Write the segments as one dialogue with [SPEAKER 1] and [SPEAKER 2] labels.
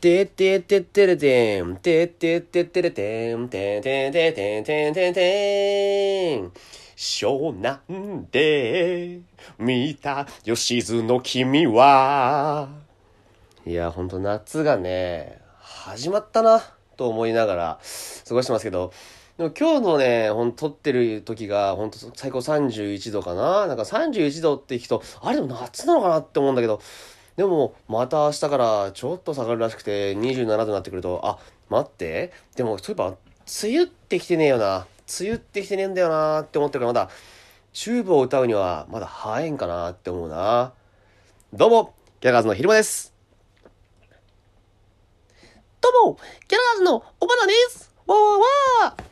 [SPEAKER 1] てってってってれてん、てってってってれてん、てんてんてんてんてんてんてん。湘南で見た吉津の君は。いや、ほんと夏がね、始まったな、と思いながら過ごしてますけど、でも今日のね、ほんと撮ってる時が、ほんと最高31度かななんか31度って聞くと、あれでも夏なのかなって思うんだけど、でも、また明日からちょっと下がるらしくて、27度になってくると、あ、待って。でも、そういえば、梅雨ってきてねえよな。梅雨ってきてねえんだよなって思ってるから、まだ、チューブを歌うには、まだ早いんかなって思うな。どうも、ギャラーズの昼間です。どうも、ギャラーズのおばなです。わーわーわー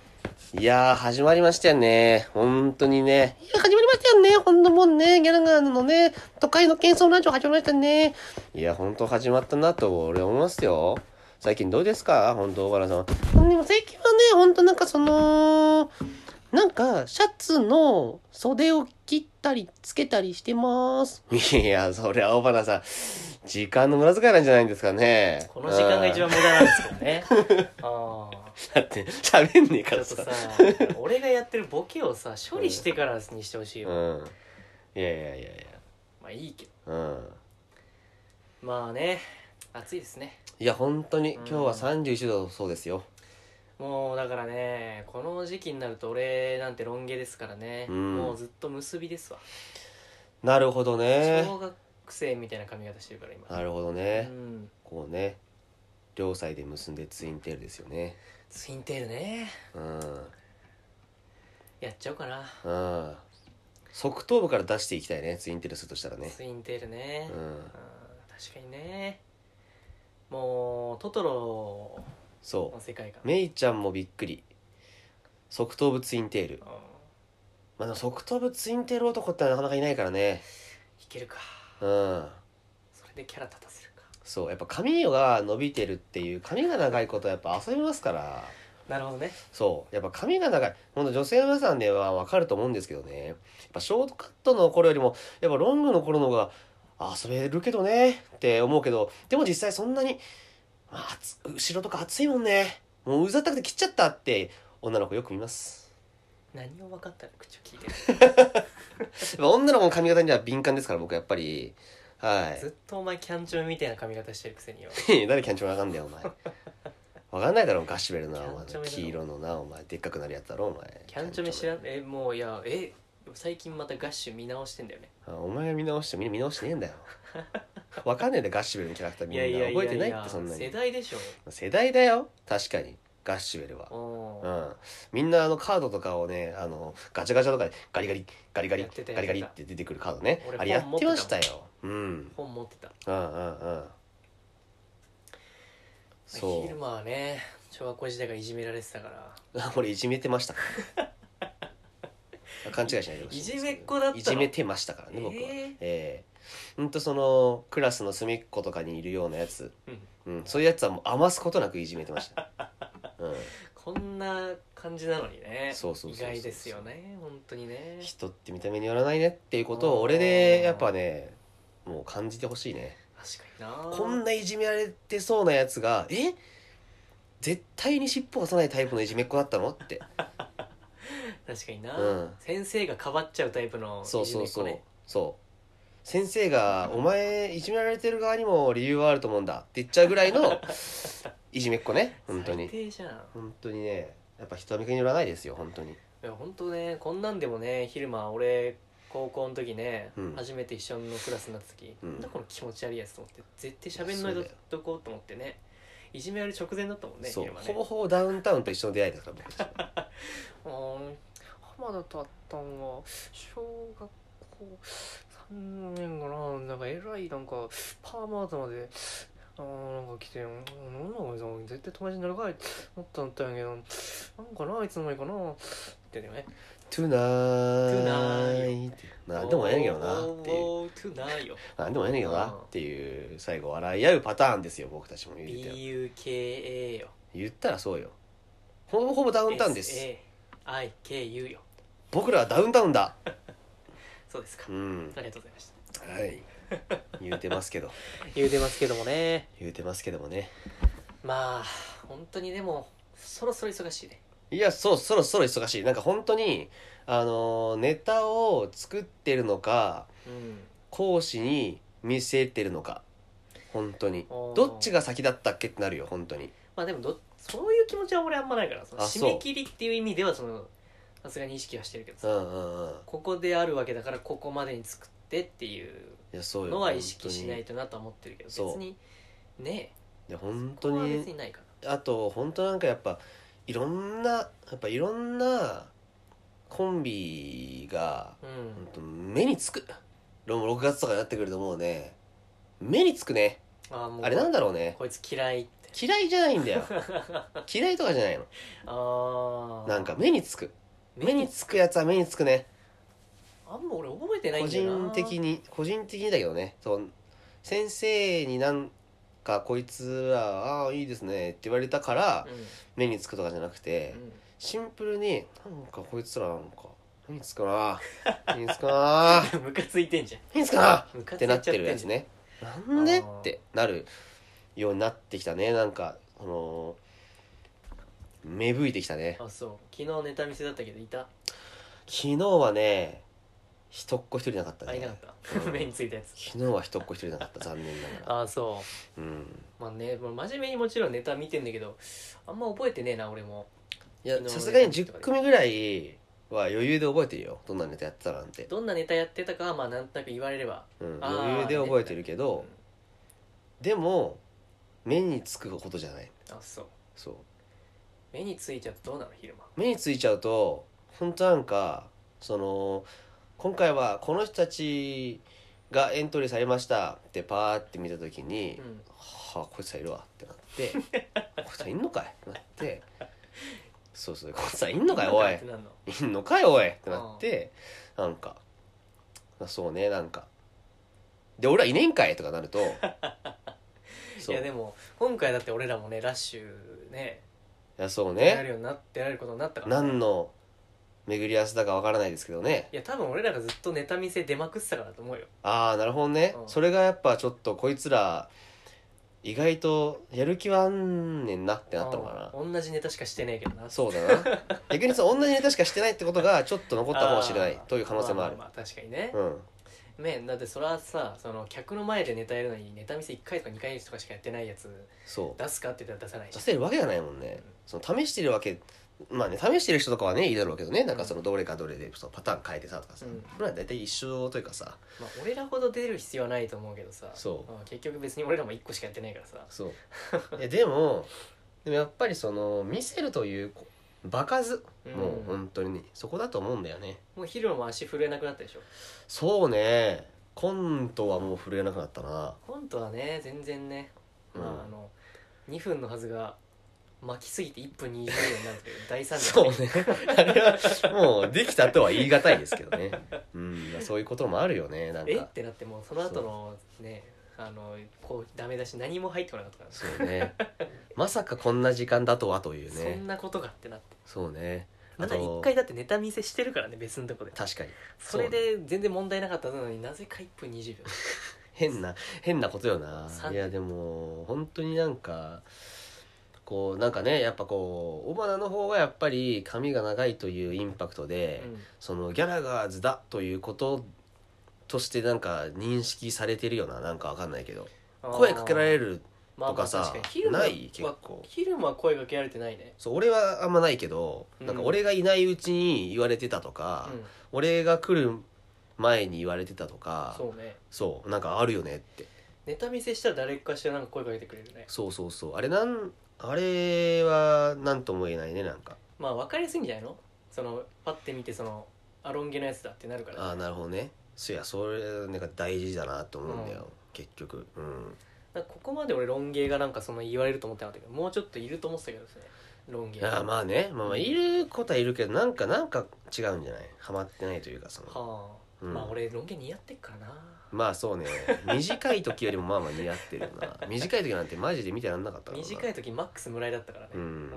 [SPEAKER 1] いやー、始まりましたよね。本当にね。いや、始まりましたよね。ほんともうね、ギャラガーズのね、都会の喧騒ラジオ始まりましたね。いや、ほんと始まったなと、俺思いますよ。最近どうですかほんと、小原さん。でも最近はね、ほんとなんかその、なんか、シャツの袖を切ったり、つけたりしてます。いや、そりゃ、小原さん、時間の無駄遣いなんじゃないんですかね。
[SPEAKER 2] この時間が一番無駄なんですけどねああ
[SPEAKER 1] だって、喋んねえ
[SPEAKER 2] ち
[SPEAKER 1] か
[SPEAKER 2] ょ
[SPEAKER 1] ら
[SPEAKER 2] っと
[SPEAKER 1] さ
[SPEAKER 2] さ。俺がやってるボケをさ処理してからにしてほしいよ、
[SPEAKER 1] うん。いやいやいやいや。
[SPEAKER 2] まあいいけど
[SPEAKER 1] うん。
[SPEAKER 2] まあね暑いですね
[SPEAKER 1] いや、本当に、
[SPEAKER 2] うん
[SPEAKER 1] 今日は31度そうですよ。
[SPEAKER 2] もうだからねこの時期になると俺なんてロン毛ですからね、
[SPEAKER 1] うん
[SPEAKER 2] もうずっと結びですわ、
[SPEAKER 1] なるほどね。
[SPEAKER 2] 小学生みたいな髪型してるから今、
[SPEAKER 1] なるほどね。
[SPEAKER 2] うん
[SPEAKER 1] こうね両サイで結んでツインテールですよね
[SPEAKER 2] ツインテールね
[SPEAKER 1] うん
[SPEAKER 2] やっちゃおうかな、
[SPEAKER 1] うん側頭部から出していきたいねツインテールするとしたらね
[SPEAKER 2] ツインテールね、
[SPEAKER 1] う
[SPEAKER 2] あ
[SPEAKER 1] ん
[SPEAKER 2] ー確かにねもうトトロ
[SPEAKER 1] そ
[SPEAKER 2] の世界観
[SPEAKER 1] うメイちゃんもびっくり側頭部ツインテール
[SPEAKER 2] うん
[SPEAKER 1] まあでも側頭部ツインテール男ってなかなかいないからね
[SPEAKER 2] いけるか
[SPEAKER 1] うん
[SPEAKER 2] それでキャラ立たせるか
[SPEAKER 1] そうやっぱ髪が伸びてるっていう髪が長いことはやっぱ遊びますから
[SPEAKER 2] なるほどね
[SPEAKER 1] そうやっぱ髪が長いほんと女性の皆さんでは分かると思うんですけどねやっぱショートカットの頃よりもやっぱロングの頃の方があ遊べるけどねって思うけどでも実際そんなに、まあ、暑後ろとか暑いもんねもううざったくて切っちゃったって女の子よく見ます
[SPEAKER 2] 何を分かったら口を聞いてる
[SPEAKER 1] やっぱ女の子の髪型には敏感ですから僕やっぱりは
[SPEAKER 2] ずっとお前キャンチョンみたいな髪型してるくせによ
[SPEAKER 1] い 誰キャンチョンわかんねえよお前わかんないだろガシベルなお前
[SPEAKER 2] キャンチョメだろ
[SPEAKER 1] 黄色のなお前でっかくなるやつだろお前
[SPEAKER 2] キャンチョメ知らん
[SPEAKER 1] キャンチ
[SPEAKER 2] えもういやえ最近またガッシュ見直してんだよね
[SPEAKER 1] あお前が見直してみんな見直してねえん だよわかんねえんだよガッシュベルのキャラクターみんな覚えてないってそんなに
[SPEAKER 2] 世代でしょ
[SPEAKER 1] 世代だよ確かにガッシュベルはう
[SPEAKER 2] お
[SPEAKER 1] んみんなあのカードとかをねあのガチャガチャとかでガリガリガリガリ
[SPEAKER 2] やってた
[SPEAKER 1] ガリガリ
[SPEAKER 2] や
[SPEAKER 1] っ
[SPEAKER 2] って
[SPEAKER 1] て出てくるカードね
[SPEAKER 2] 俺
[SPEAKER 1] あれやってました
[SPEAKER 2] 本持って
[SPEAKER 1] ようんうん
[SPEAKER 2] 本持ってた
[SPEAKER 1] うんうんそ
[SPEAKER 2] 昼間はね小学校時代からいじめられてたから
[SPEAKER 1] う 俺いじめてましたから 勘違いしないでほしいんですけど
[SPEAKER 2] いじめっ子だったの
[SPEAKER 1] いじめてましたからね僕は
[SPEAKER 2] えー
[SPEAKER 1] ええうんとそのクラスの隅っことかにいるようなやつ
[SPEAKER 2] うん
[SPEAKER 1] うん、そういうやつはもう余すことなくいじめてました、 う
[SPEAKER 2] こんな感じなのにね
[SPEAKER 1] そうそうそうそう
[SPEAKER 2] 意外ですよね本当にね
[SPEAKER 1] ん、人って見た目によらないねっていうことを俺でやっぱねもう感じてほしいね
[SPEAKER 2] 確かにな
[SPEAKER 1] こんないじめられてそうなやつがえ絶対に尻尾を出さないタイプのいじめっ子だったのって
[SPEAKER 2] 確かにな、
[SPEAKER 1] うん
[SPEAKER 2] 先生がかばっちゃうタイプのいじ
[SPEAKER 1] そう
[SPEAKER 2] めっ子
[SPEAKER 1] そう
[SPEAKER 2] ね
[SPEAKER 1] そうそう先生が「お前いじめられてる側にも理由はあると思うんだ」って言っちゃうぐらい のいじめっ子ね本当
[SPEAKER 2] 最
[SPEAKER 1] に
[SPEAKER 2] 低じゃん
[SPEAKER 1] 本当にねやっぱ人は見かけによらないですよ本当に
[SPEAKER 2] いや本当ねこんなんでもね昼間俺高校の時ね、
[SPEAKER 1] うん
[SPEAKER 2] 初めて一緒のクラスになった時、
[SPEAKER 1] うん
[SPEAKER 2] なんだこの気持ち悪いやつと思って絶対喋んない
[SPEAKER 1] そう
[SPEAKER 2] と
[SPEAKER 1] だよ
[SPEAKER 2] とこうと思ってねいじめられる直前だったもんね
[SPEAKER 1] そう
[SPEAKER 2] 昼間ね
[SPEAKER 1] ほぼほぼダウンタウンと一緒の出会いですから僕 たち
[SPEAKER 2] うーん浜田とあったんは小学校3年かななんかえらいなんかパーマートまであーなんか来て「うんなんだお前絶対友達になるかい」って思ったんだやけどなんかなあいつの間にかなってね
[SPEAKER 1] トゥナーイ
[SPEAKER 2] Tonight
[SPEAKER 1] ってなんでもええねんけどなっていう
[SPEAKER 2] おーおートゥナーよ
[SPEAKER 1] なんでもええねんけどなっていう最後笑い合うパターンですよ僕たちも言って
[SPEAKER 2] BUKA よ
[SPEAKER 1] 言ったらそうよほぼほぼダウンタウンです、
[SPEAKER 2] SAIKU よ
[SPEAKER 1] 僕らはダウンタウンだ
[SPEAKER 2] そうですか
[SPEAKER 1] うん
[SPEAKER 2] ありがとうございました
[SPEAKER 1] はい言うてますけど
[SPEAKER 2] 言うてますけどもね
[SPEAKER 1] 言うてますけどもね
[SPEAKER 2] まあ本当にでもそろそろ忙しいね
[SPEAKER 1] いや、そろそろそろ忙しい。なんか本当に、あのーネタを作ってるのか、
[SPEAKER 2] うん
[SPEAKER 1] 講師に見せてるのか。本当に。どっち
[SPEAKER 2] が
[SPEAKER 1] が先だったっけってなるよ、本当に。
[SPEAKER 2] まあでもどそういう気持ちは俺あんまないからその
[SPEAKER 1] あ
[SPEAKER 2] 締
[SPEAKER 1] そう
[SPEAKER 2] め切りっていう意味ではそのさすがに意識はしてるけど
[SPEAKER 1] う
[SPEAKER 2] さ、
[SPEAKER 1] んうんうん。
[SPEAKER 2] ここであるわけだからここまでに作ってっていう
[SPEAKER 1] いや、そうよ。
[SPEAKER 2] のは意識しな
[SPEAKER 1] 本
[SPEAKER 2] いとなとは思ってるけど別
[SPEAKER 1] そう
[SPEAKER 2] にね
[SPEAKER 1] 当に。で、
[SPEAKER 2] え
[SPEAKER 1] 本
[SPEAKER 2] そ
[SPEAKER 1] 当
[SPEAKER 2] こは
[SPEAKER 1] に
[SPEAKER 2] 別。にないか
[SPEAKER 1] あと本当なんかやっぱいろんなやっぱいろんなコンビが
[SPEAKER 2] なう
[SPEAKER 1] 本
[SPEAKER 2] ん
[SPEAKER 1] 当目につく6月とかになってくるともうね目につくね
[SPEAKER 2] あーもう
[SPEAKER 1] あれなんだろうね
[SPEAKER 2] こいつ嫌いって
[SPEAKER 1] 嫌いじゃないんだ よ
[SPEAKER 2] あ
[SPEAKER 1] 嫌いとかじゃないの
[SPEAKER 2] あ
[SPEAKER 1] なんか目につく目
[SPEAKER 2] 目に
[SPEAKER 1] につくやつは目につくね
[SPEAKER 2] あんま俺覚えてない
[SPEAKER 1] 個
[SPEAKER 2] んだよ
[SPEAKER 1] 人
[SPEAKER 2] な
[SPEAKER 1] 的に個人的にだけどねそう先生になんかこいつは「ああいいですね」って言われたから目につくとかじゃなくて、
[SPEAKER 2] うんうん
[SPEAKER 1] シンプルになんかこいつらなんか目につくな目につく な
[SPEAKER 2] ムカついてんじゃん
[SPEAKER 1] 目につくな
[SPEAKER 2] ムカ
[SPEAKER 1] っ
[SPEAKER 2] つ
[SPEAKER 1] て
[SPEAKER 2] いちゃ
[SPEAKER 1] な
[SPEAKER 2] っ
[SPEAKER 1] ってて
[SPEAKER 2] ん
[SPEAKER 1] る
[SPEAKER 2] じゃ
[SPEAKER 1] や
[SPEAKER 2] ん
[SPEAKER 1] つねなんで
[SPEAKER 2] あ
[SPEAKER 1] っ
[SPEAKER 2] ー
[SPEAKER 1] てなるようになってきたねなんかその芽吹いてきたね
[SPEAKER 2] あそう昨日ネタ見せだったけどいた
[SPEAKER 1] 昨日はね一っ子一人いなかった
[SPEAKER 2] あいなか
[SPEAKER 1] ね
[SPEAKER 2] った
[SPEAKER 1] うん
[SPEAKER 2] 目についたやつ
[SPEAKER 1] 昨日は一っ子一人いなかった残念ながら
[SPEAKER 2] あそ
[SPEAKER 1] うん
[SPEAKER 2] うまあねもう真面目にもちろんネタ見てんだけどあんま覚えてねえな俺も
[SPEAKER 1] いや
[SPEAKER 2] 昨日
[SPEAKER 1] さすがに10組ぐらいは余裕で覚えてるよどんなネタやってたなんて、
[SPEAKER 2] どんなネタやってたかはまあなんとなく言われれば
[SPEAKER 1] うん、
[SPEAKER 2] あー
[SPEAKER 1] 余裕で覚えてるけど、でも目につくことじゃない
[SPEAKER 2] あそう
[SPEAKER 1] そう
[SPEAKER 2] 目についちゃうとどうなの昼間
[SPEAKER 1] 目についちゃうと本当なんかその今回はこの人たちがエントリーされましたってパーって見た時に
[SPEAKER 2] う、ん
[SPEAKER 1] はあこいつらいるわってなって こいつらいんのかいってなってそうそうこいつらいんのかいお
[SPEAKER 2] っ
[SPEAKER 1] い
[SPEAKER 2] てなんの
[SPEAKER 1] いんのかいおいってなってなんかまあそうねなんかで俺らいねんかいとかなる と
[SPEAKER 2] い
[SPEAKER 1] そう
[SPEAKER 2] や
[SPEAKER 1] い
[SPEAKER 2] でも今回だって俺らもねラッシュね
[SPEAKER 1] やそうね
[SPEAKER 2] やるようになってやれることになったから
[SPEAKER 1] 何の巡り合わせだかわからないですけどね
[SPEAKER 2] いや多分俺らがずっとネタ見せ出まくってたからだと思うよ
[SPEAKER 1] ああなるほどね、
[SPEAKER 2] うん
[SPEAKER 1] それがやっぱちょっとこいつら意外とやる気はあんねんなってなったのかな、
[SPEAKER 2] うん同じネタしかしてねえけどな
[SPEAKER 1] そうだな逆にその同じネタしかしてないってことがちょっと残ったかもしれない
[SPEAKER 2] あー
[SPEAKER 1] という可能性もある、
[SPEAKER 2] ままま確かにね、
[SPEAKER 1] うん
[SPEAKER 2] ねだってそれはさその客の前でネタやるのにネタ見せ1回とか2回とかしかやってないやつ
[SPEAKER 1] そう
[SPEAKER 2] 出すかって言ったら出さないし
[SPEAKER 1] 出せるわけがないもんねその試してるわけまあね試してる人とかはねいいだろうけどねなんかそのどれかどれでそのパターン変えてさとかさ、
[SPEAKER 2] うん
[SPEAKER 1] これは大体一緒というかさ
[SPEAKER 2] まあ、俺らほど出る必要はないと思うけどさ
[SPEAKER 1] そう
[SPEAKER 2] まあ結局別に俺らも1個しかやってないからさ
[SPEAKER 1] そうえでもでもやっぱりその見せるというこ場数
[SPEAKER 2] うん
[SPEAKER 1] もう本当にそこだと思うんだよね
[SPEAKER 2] もうヒロも足震えなくなったでしょ
[SPEAKER 1] そうねコントはもう震えなくなったな
[SPEAKER 2] コントはね全然ね、ま
[SPEAKER 1] うん
[SPEAKER 2] あ、あの2分のはずが巻きすぎて1分20秒になるという大惨事
[SPEAKER 1] そうねあれはもうできたとは言い難いですけどねうんまあそういうこともあるよねなん
[SPEAKER 2] え
[SPEAKER 1] か
[SPEAKER 2] ってなってもうその後のねあのこうダメ出し何も入ってこなかったから
[SPEAKER 1] そうねまさかこんな時間だとはという
[SPEAKER 2] そ
[SPEAKER 1] ね
[SPEAKER 2] んなことがってなって
[SPEAKER 1] そうね
[SPEAKER 2] まだ一回だってネタ見せしてるからね別のとこで
[SPEAKER 1] 確かに
[SPEAKER 2] それで全然問題なかったのになぜか1分20秒
[SPEAKER 1] 変な変なことよな
[SPEAKER 2] さ
[SPEAKER 1] いやでも本当になんかこうなんかねやっぱこう尾花の方はやっぱり髪が長いというインパクトで、
[SPEAKER 2] うん
[SPEAKER 1] そのギャラガーズだということとしてなんか認識されてるよななんかわかんないけど声かけら
[SPEAKER 2] る
[SPEAKER 1] れるとかさ、ない結構
[SPEAKER 2] ヒルマは声かけられてないね
[SPEAKER 1] そう俺はあんまないけど、
[SPEAKER 2] うん
[SPEAKER 1] なんか俺がいないうちに言われてたとか、
[SPEAKER 2] うん
[SPEAKER 1] 俺が来る前に言われてたとか
[SPEAKER 2] そうね
[SPEAKER 1] そうなんかあるよねって
[SPEAKER 2] ネタ見せしたら誰かしらなんか声かけてくれるね
[SPEAKER 1] そうそうそうあれなんあれは何とも言えないねなんか
[SPEAKER 2] まあ分かりやすいんじゃないのそのパッて見てそのアロンゲのやつだってなるから
[SPEAKER 1] ああなるほどねそやそれなんか大事だなと思うんだよ、結局うん
[SPEAKER 2] なんかここまで俺ロン毛がなんかその言われると思ってなかったけどもうちょっといると思ってたけどですねロン毛
[SPEAKER 1] ああまあねまあまあいることはいるけどなんかなんか違うんじゃないハマってないというかその
[SPEAKER 2] はあ、
[SPEAKER 1] うん
[SPEAKER 2] まあ俺ロン毛似合ってっからな
[SPEAKER 1] まあ そうね短い時よりもまあまあ似合ってるよな短い時なんてマジで見てらんなかったからな
[SPEAKER 2] 短い時マックス村井だったからね
[SPEAKER 1] うん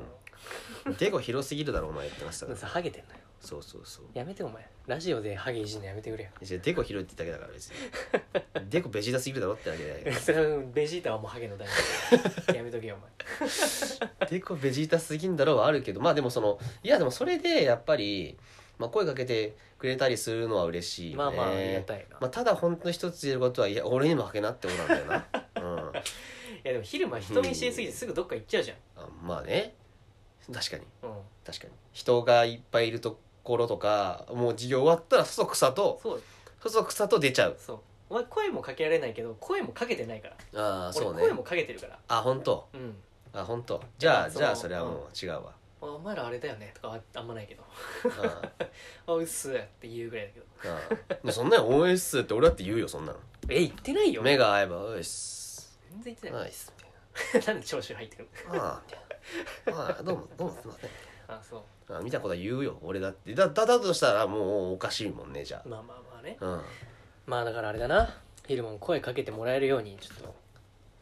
[SPEAKER 1] デコ広すぎるだろお前って言ってましたか
[SPEAKER 2] うん
[SPEAKER 1] ら
[SPEAKER 2] さハゲてんのよ
[SPEAKER 1] そうそうそう
[SPEAKER 2] やめてお前ラジオでハゲいじんのやめてくれよ
[SPEAKER 1] じゃあデコ広いってだけだから別にデコベジータすぎるだろってだけで
[SPEAKER 2] それはベジータはもうハゲの代表やめとけよお
[SPEAKER 1] デコベジータすぎんだろうはあるけどまあでもそのいやでもそれでやっぱり、まあ、声かけてくれたりするのは嬉しい
[SPEAKER 2] 前
[SPEAKER 1] ね
[SPEAKER 2] まあまあありがたいな、
[SPEAKER 1] まあ、ただ本当に一つ言えることはいや俺にもはけなってことなんだよな、うん、
[SPEAKER 2] いやでも昼間人見知りすぎてすぐどっか行っちゃうじゃん
[SPEAKER 1] あまあね確かに
[SPEAKER 2] うん
[SPEAKER 1] 確かに人がいっぱいいるところとかもう授業終わったらそそくさと
[SPEAKER 2] そう
[SPEAKER 1] そそくさと出ちゃう
[SPEAKER 2] そうお前声もかけられないけど声もかけてないから
[SPEAKER 1] ああ
[SPEAKER 2] 俺
[SPEAKER 1] そうね
[SPEAKER 2] 声もかけてるから
[SPEAKER 1] あ本当
[SPEAKER 2] うん
[SPEAKER 1] あ本当じゃあ
[SPEAKER 2] その
[SPEAKER 1] じゃあそれはもう違うわ、
[SPEAKER 2] あお前らあれだよねとかはあんまないけど
[SPEAKER 1] あ
[SPEAKER 2] あうっすって言うぐらいだけど
[SPEAKER 1] ああそんなの応援っすって俺だって言うよそんなの
[SPEAKER 2] え言ってないよ
[SPEAKER 1] 目が合えば「おいっす
[SPEAKER 2] 全然言ってな
[SPEAKER 1] ナ
[SPEAKER 2] い
[SPEAKER 1] イス」みたい
[SPEAKER 2] なんで聴衆入ってくる
[SPEAKER 1] な「ああ」みたいな「ああどうもどうもすいません
[SPEAKER 2] あそう」
[SPEAKER 1] ああ見たことは言うよ俺だってだだだとしたらもうおかしいもんねじゃ
[SPEAKER 2] まあまあまあね
[SPEAKER 1] あうん
[SPEAKER 2] まあだからあれだな昼間も声かけてもらえるようにちょっと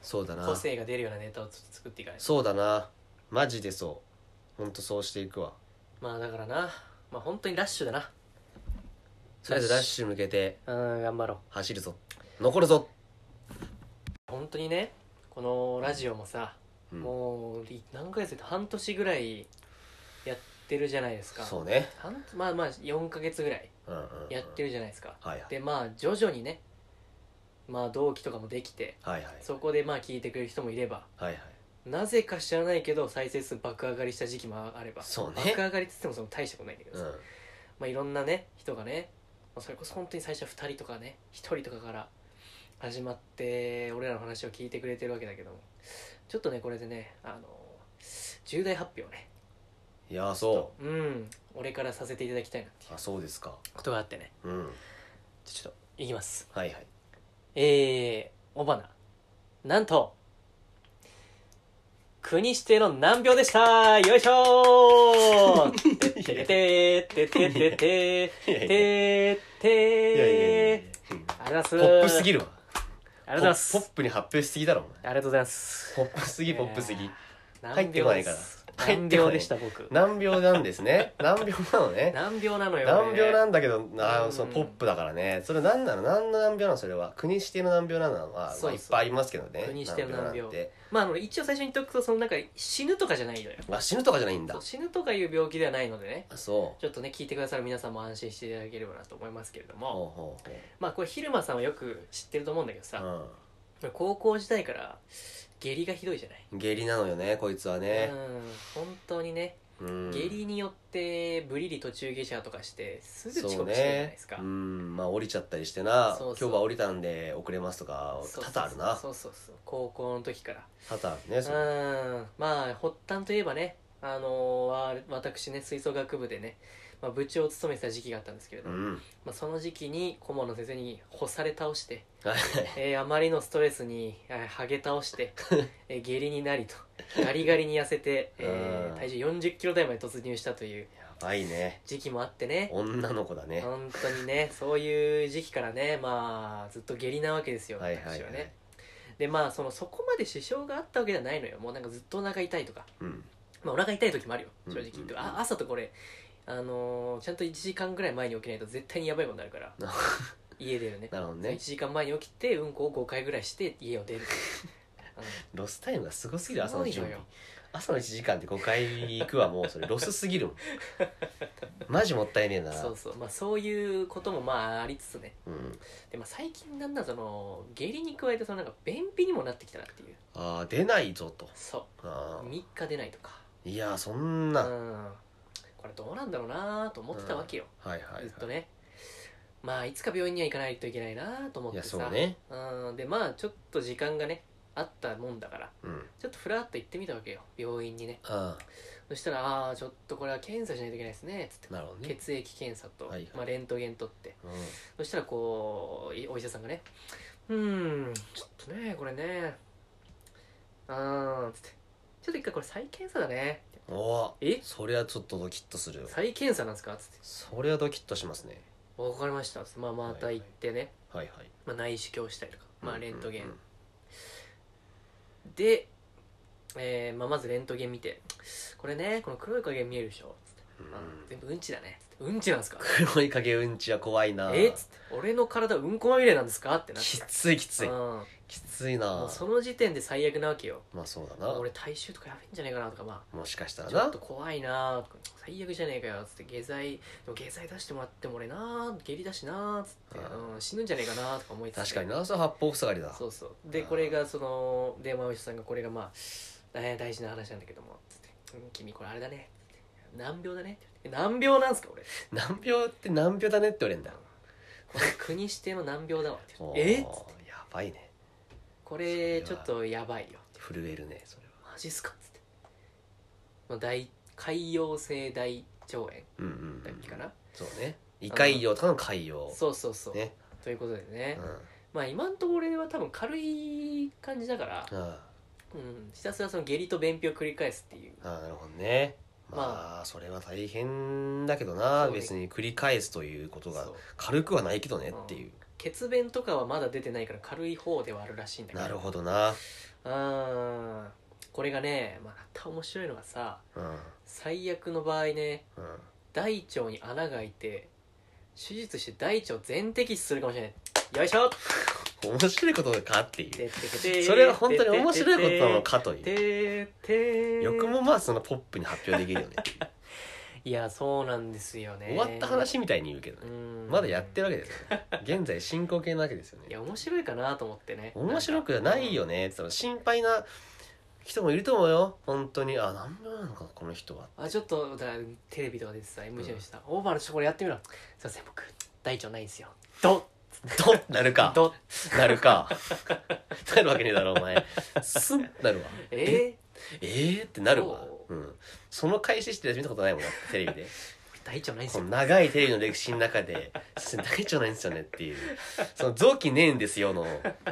[SPEAKER 1] そうだな
[SPEAKER 2] 個性が出るようなネタをちょっと作っていかないと
[SPEAKER 1] そうだなマジでそうほんとそうしていくわ
[SPEAKER 2] まあだからなまあ本当にラッシュだな
[SPEAKER 1] とりあえずラッシュ向けて
[SPEAKER 2] うん頑張ろう
[SPEAKER 1] 走るぞ残るぞ
[SPEAKER 2] 本当にねこのラジオもさ、
[SPEAKER 1] うん
[SPEAKER 2] もうい何ヶ月って半年ぐらいやってるじゃないですか
[SPEAKER 1] そうね
[SPEAKER 2] 半まあまあ4ヶ月ぐらい
[SPEAKER 1] うんうんうん
[SPEAKER 2] やってるじゃないですか、
[SPEAKER 1] はいはい
[SPEAKER 2] でまあ徐々にねまあ同期とかもできて
[SPEAKER 1] はいはい
[SPEAKER 2] そこでまあ聞いてくれる人もいれば
[SPEAKER 1] はいはい
[SPEAKER 2] なぜか知らないけど再生数爆上がりした時期もあれば、
[SPEAKER 1] そうね
[SPEAKER 2] 爆上がりって言ってもその大したことないんだけど
[SPEAKER 1] う
[SPEAKER 2] さ、
[SPEAKER 1] ん
[SPEAKER 2] まあ、いろんなね人がねまあそれこそ本当に最初は2人とかね1人とかから始まって俺らの話を聞いてくれてるわけだけどもちょっとねこれでねあの重大発表をね
[SPEAKER 1] いやそ
[SPEAKER 2] うん俺からさせていただきたいなっていう
[SPEAKER 1] うあそうですか
[SPEAKER 2] ことがあってね
[SPEAKER 1] うん
[SPEAKER 2] じゃちょっといきます
[SPEAKER 1] はい はい
[SPEAKER 2] えー、オバナなんと国指定の難病でしたよいしょーてってれてーてってれ
[SPEAKER 1] いやい
[SPEAKER 2] てー
[SPEAKER 1] やい
[SPEAKER 2] てーてー
[SPEAKER 1] やいやいやいや
[SPEAKER 2] ありがと
[SPEAKER 1] ポ
[SPEAKER 2] うござい
[SPEAKER 1] ッ
[SPEAKER 2] ま
[SPEAKER 1] プ
[SPEAKER 2] す
[SPEAKER 1] すぎるわ
[SPEAKER 2] ありがとうございます
[SPEAKER 1] ポポップに発表しすぎだろお
[SPEAKER 2] ありがとうございます
[SPEAKER 1] 前ポップすぎポップすぎ入
[SPEAKER 2] 難
[SPEAKER 1] ってこな
[SPEAKER 2] 病
[SPEAKER 1] い
[SPEAKER 2] で
[SPEAKER 1] から
[SPEAKER 2] す
[SPEAKER 1] 入ってこない
[SPEAKER 2] 難病でした僕
[SPEAKER 1] 難病なんですね難病なの ね
[SPEAKER 2] 難病なのよ
[SPEAKER 1] 難病
[SPEAKER 2] の
[SPEAKER 1] なんだけどあ
[SPEAKER 2] う
[SPEAKER 1] ー
[SPEAKER 2] ん
[SPEAKER 1] そのポップだからねそれ何なの何の難病なのそれは国指定の難病なのは
[SPEAKER 2] そ
[SPEAKER 1] まあ
[SPEAKER 2] うそう
[SPEAKER 1] いっぱいありますけどね
[SPEAKER 2] 国指定の難病
[SPEAKER 1] なんて
[SPEAKER 2] まああの一応最初に言っとくとそのなんか死ぬとかじゃないのよ
[SPEAKER 1] あ死ぬとかじゃないんだ
[SPEAKER 2] そう死ぬとかいう病気ではないのでね
[SPEAKER 1] あそう
[SPEAKER 2] ちょっとね聞いてくださる皆さんも安心していただければなと思いますけれども
[SPEAKER 1] ほうほう
[SPEAKER 2] まあこれ昼間さんはよく知ってると思うんだけどさ
[SPEAKER 1] ほう
[SPEAKER 2] 高校時代から下痢がひどいじゃない
[SPEAKER 1] うん下痢なのよねこいつは
[SPEAKER 2] う
[SPEAKER 1] ね
[SPEAKER 2] ん本当にね
[SPEAKER 1] うん
[SPEAKER 2] 下痢によってブリリ途中下車とかしてすぐ遅
[SPEAKER 1] そう
[SPEAKER 2] 刻してるじゃない
[SPEAKER 1] ね
[SPEAKER 2] ですか
[SPEAKER 1] うんまあ降りちゃったりしてな
[SPEAKER 2] そうそう
[SPEAKER 1] 今日は降りたんで遅れますとか
[SPEAKER 2] そう
[SPEAKER 1] 多々あるな
[SPEAKER 2] そうそうそう高校の時から
[SPEAKER 1] 多々あるねそううん
[SPEAKER 2] まあ発端といえばねあのわ私ね吹奏楽部でね、まあ、部長を務めてた時期があったんですけれど
[SPEAKER 1] う
[SPEAKER 2] も、
[SPEAKER 1] ん
[SPEAKER 2] まあ、その時期に顧問の先生に干され倒して、
[SPEAKER 1] はい
[SPEAKER 2] えーあまりのストレスに、えー、ハゲ倒して、えー下痢になりとガリガリに痩せて、え
[SPEAKER 1] う
[SPEAKER 2] ー
[SPEAKER 1] ん
[SPEAKER 2] 体重4 0キロ台まで突入したという
[SPEAKER 1] やばいね
[SPEAKER 2] 時期もあってね
[SPEAKER 1] 女の子だね
[SPEAKER 2] 本当にねそういう時期からねまあずっと下痢なわけですよ
[SPEAKER 1] はいはい
[SPEAKER 2] 私
[SPEAKER 1] は
[SPEAKER 2] はいねでまあそのそこまで支障があったわけじゃないのよもうなんかずっとお腹痛いとか、
[SPEAKER 1] うん
[SPEAKER 2] まあ、お腹痛い時もあるよ正直
[SPEAKER 1] うんうんうん
[SPEAKER 2] とかあ朝とこれあのーちゃんと1時間ぐらい前に起きないと絶対にやばいことになるから 家出るね
[SPEAKER 1] なるほど
[SPEAKER 2] 1
[SPEAKER 1] ね
[SPEAKER 2] 時間前に起きてうんこを5回ぐらいして家を出 るうん
[SPEAKER 1] ロスタイムがすごすぎる朝の準
[SPEAKER 2] すごい
[SPEAKER 1] 備
[SPEAKER 2] のよ
[SPEAKER 1] 朝の1時間で5回行くはもうそ れロスすぎるもんマジもったいねえな
[SPEAKER 2] そうそうまあそういうこともまあありつつね
[SPEAKER 1] うん、
[SPEAKER 2] で、まあ、最近だんだんその下痢に加えてそのなんか便秘にもなってきたなっていう
[SPEAKER 1] ああ出ないぞと
[SPEAKER 2] そう
[SPEAKER 1] あー
[SPEAKER 2] 3日出ないとか
[SPEAKER 1] いやーそん
[SPEAKER 2] う
[SPEAKER 1] な、はい
[SPEAKER 2] んこれどうなんだろうなと思ってたわけよ、
[SPEAKER 1] はいはい
[SPEAKER 2] ずっとねまあいつか病院には行かないといけないなと思っ
[SPEAKER 1] い
[SPEAKER 2] て
[SPEAKER 1] や
[SPEAKER 2] さ
[SPEAKER 1] そうね
[SPEAKER 2] うんでまあちょっと時間がねあったもんだから
[SPEAKER 1] うん
[SPEAKER 2] ちょっとふらっと行ってみたわけよ病院にね
[SPEAKER 1] あ
[SPEAKER 2] そしたら「ああーちょっとこれは検査しないといけないですね」つって
[SPEAKER 1] あなるほどね、
[SPEAKER 2] 血液検査と、
[SPEAKER 1] はいはい
[SPEAKER 2] まあ、レントゲン取って
[SPEAKER 1] うん、
[SPEAKER 2] そしたらこういお医者さんがね「うーんちょっとねこれねあーつって「ちょっと一回これ再検査だね」
[SPEAKER 1] おお
[SPEAKER 2] え
[SPEAKER 1] そりゃちょっとドキッとするよ
[SPEAKER 2] 再検査なんですか?」つって
[SPEAKER 1] そりゃドキッとしますね
[SPEAKER 2] 分かりましたまあまた行ってね、
[SPEAKER 1] はいはい
[SPEAKER 2] まあ、内視鏡したりとか、まあ、レントゲン、
[SPEAKER 1] うんうん
[SPEAKER 2] で、えーまあ、まずレントゲン見てこれねこの黒い影見えるでしょつっ
[SPEAKER 1] う
[SPEAKER 2] て、
[SPEAKER 1] ん
[SPEAKER 2] あ全部うんちだねうんちなんですか
[SPEAKER 1] 黒い影うんちは怖いな
[SPEAKER 2] えっつって俺の体うんこまみれなんですかってなって
[SPEAKER 1] きついきつい
[SPEAKER 2] うん、も
[SPEAKER 1] きついうな
[SPEAKER 2] その時点で最悪なわけよ
[SPEAKER 1] まあそうだな
[SPEAKER 2] 俺体臭とかやべえんじゃねえかなとかま
[SPEAKER 1] もしかした
[SPEAKER 2] あ
[SPEAKER 1] ら
[SPEAKER 2] ちょっ
[SPEAKER 1] な
[SPEAKER 2] と怖いなとか最悪じゃねえかよっつって下剤でも下剤出してもらっても俺な下痢だしなっつって、
[SPEAKER 1] うん
[SPEAKER 2] うん、死ぬんじゃねえかなとか思いつつ
[SPEAKER 1] 確かになそれ八方塞がりだ
[SPEAKER 2] そうそうで
[SPEAKER 1] あー
[SPEAKER 2] これがそのでまあお医者さんがこれがまあ大大事な話なんだけどもつってうん君これあれだね」難病だね」って難病なんすか俺
[SPEAKER 1] 難病って難病だねって言われんだよ
[SPEAKER 2] これ国指定の難病だわ」って
[SPEAKER 1] おー
[SPEAKER 2] えっ?」つって
[SPEAKER 1] やばいね
[SPEAKER 2] 「これちょっとやばいよ」
[SPEAKER 1] 震えるねそれは
[SPEAKER 2] マジっすか?」っつってまあ大潰瘍性大腸炎
[SPEAKER 1] うんうん
[SPEAKER 2] だっけかな、
[SPEAKER 1] そうね胃潰瘍とかの潰瘍
[SPEAKER 2] そうそうそう、
[SPEAKER 1] ね
[SPEAKER 2] ということでね、
[SPEAKER 1] うん
[SPEAKER 2] まあ今んところ俺は多分軽い感じだから、
[SPEAKER 1] あ
[SPEAKER 2] うん、ひたすらその下痢と便秘を繰り返すっていう
[SPEAKER 1] あああなるほどねまあそれは大変だけどな
[SPEAKER 2] そうね
[SPEAKER 1] 別に繰り返すということが
[SPEAKER 2] そう
[SPEAKER 1] 軽くはないけどねっていう
[SPEAKER 2] 血便とかはまだ出てないから軽い方ではあるらしいんだけど
[SPEAKER 1] なるほどな
[SPEAKER 2] あーこれがねまた面白いのがさ
[SPEAKER 1] うん
[SPEAKER 2] 最悪の場合ね
[SPEAKER 1] うん
[SPEAKER 2] 大腸に穴が開いて手術して大腸全摘出するかもしれないよいしょ
[SPEAKER 1] 面白いことかっていう
[SPEAKER 2] てってけて
[SPEAKER 1] それは本当に面白いことなのかという
[SPEAKER 2] てって
[SPEAKER 1] よくもまあそのポップに発表できる よね
[SPEAKER 2] いやそうなんですよね
[SPEAKER 1] 終わった話みたいに言うけど
[SPEAKER 2] う
[SPEAKER 1] ね
[SPEAKER 2] ん
[SPEAKER 1] まだやってるわけですよね現在進行形なわけですよ
[SPEAKER 2] い
[SPEAKER 1] ね
[SPEAKER 2] や面白いかなと思ってね
[SPEAKER 1] 面白くはないよねその心配な人もいると思うよ本当にあ何病なのかこの人 は
[SPEAKER 2] あちょっとだからテレビとか出てさむしゃむしゃした、オーバーの人これやってみろすいません僕大腸ないんですよドッ
[SPEAKER 1] ドッなるか
[SPEAKER 2] ドッ
[SPEAKER 1] なるかなるわけねえだろお前スンなるわ
[SPEAKER 2] え
[SPEAKER 1] えーってなるわ
[SPEAKER 2] そ
[SPEAKER 1] うんその開始してるやつ見たことないもんテレビ で
[SPEAKER 2] ー、大腸ないんです
[SPEAKER 1] こ
[SPEAKER 2] よ
[SPEAKER 1] の長いテレビの歴史の中で「すいません大腸ないんですよね」っていう「その臓器ねえんですよ」の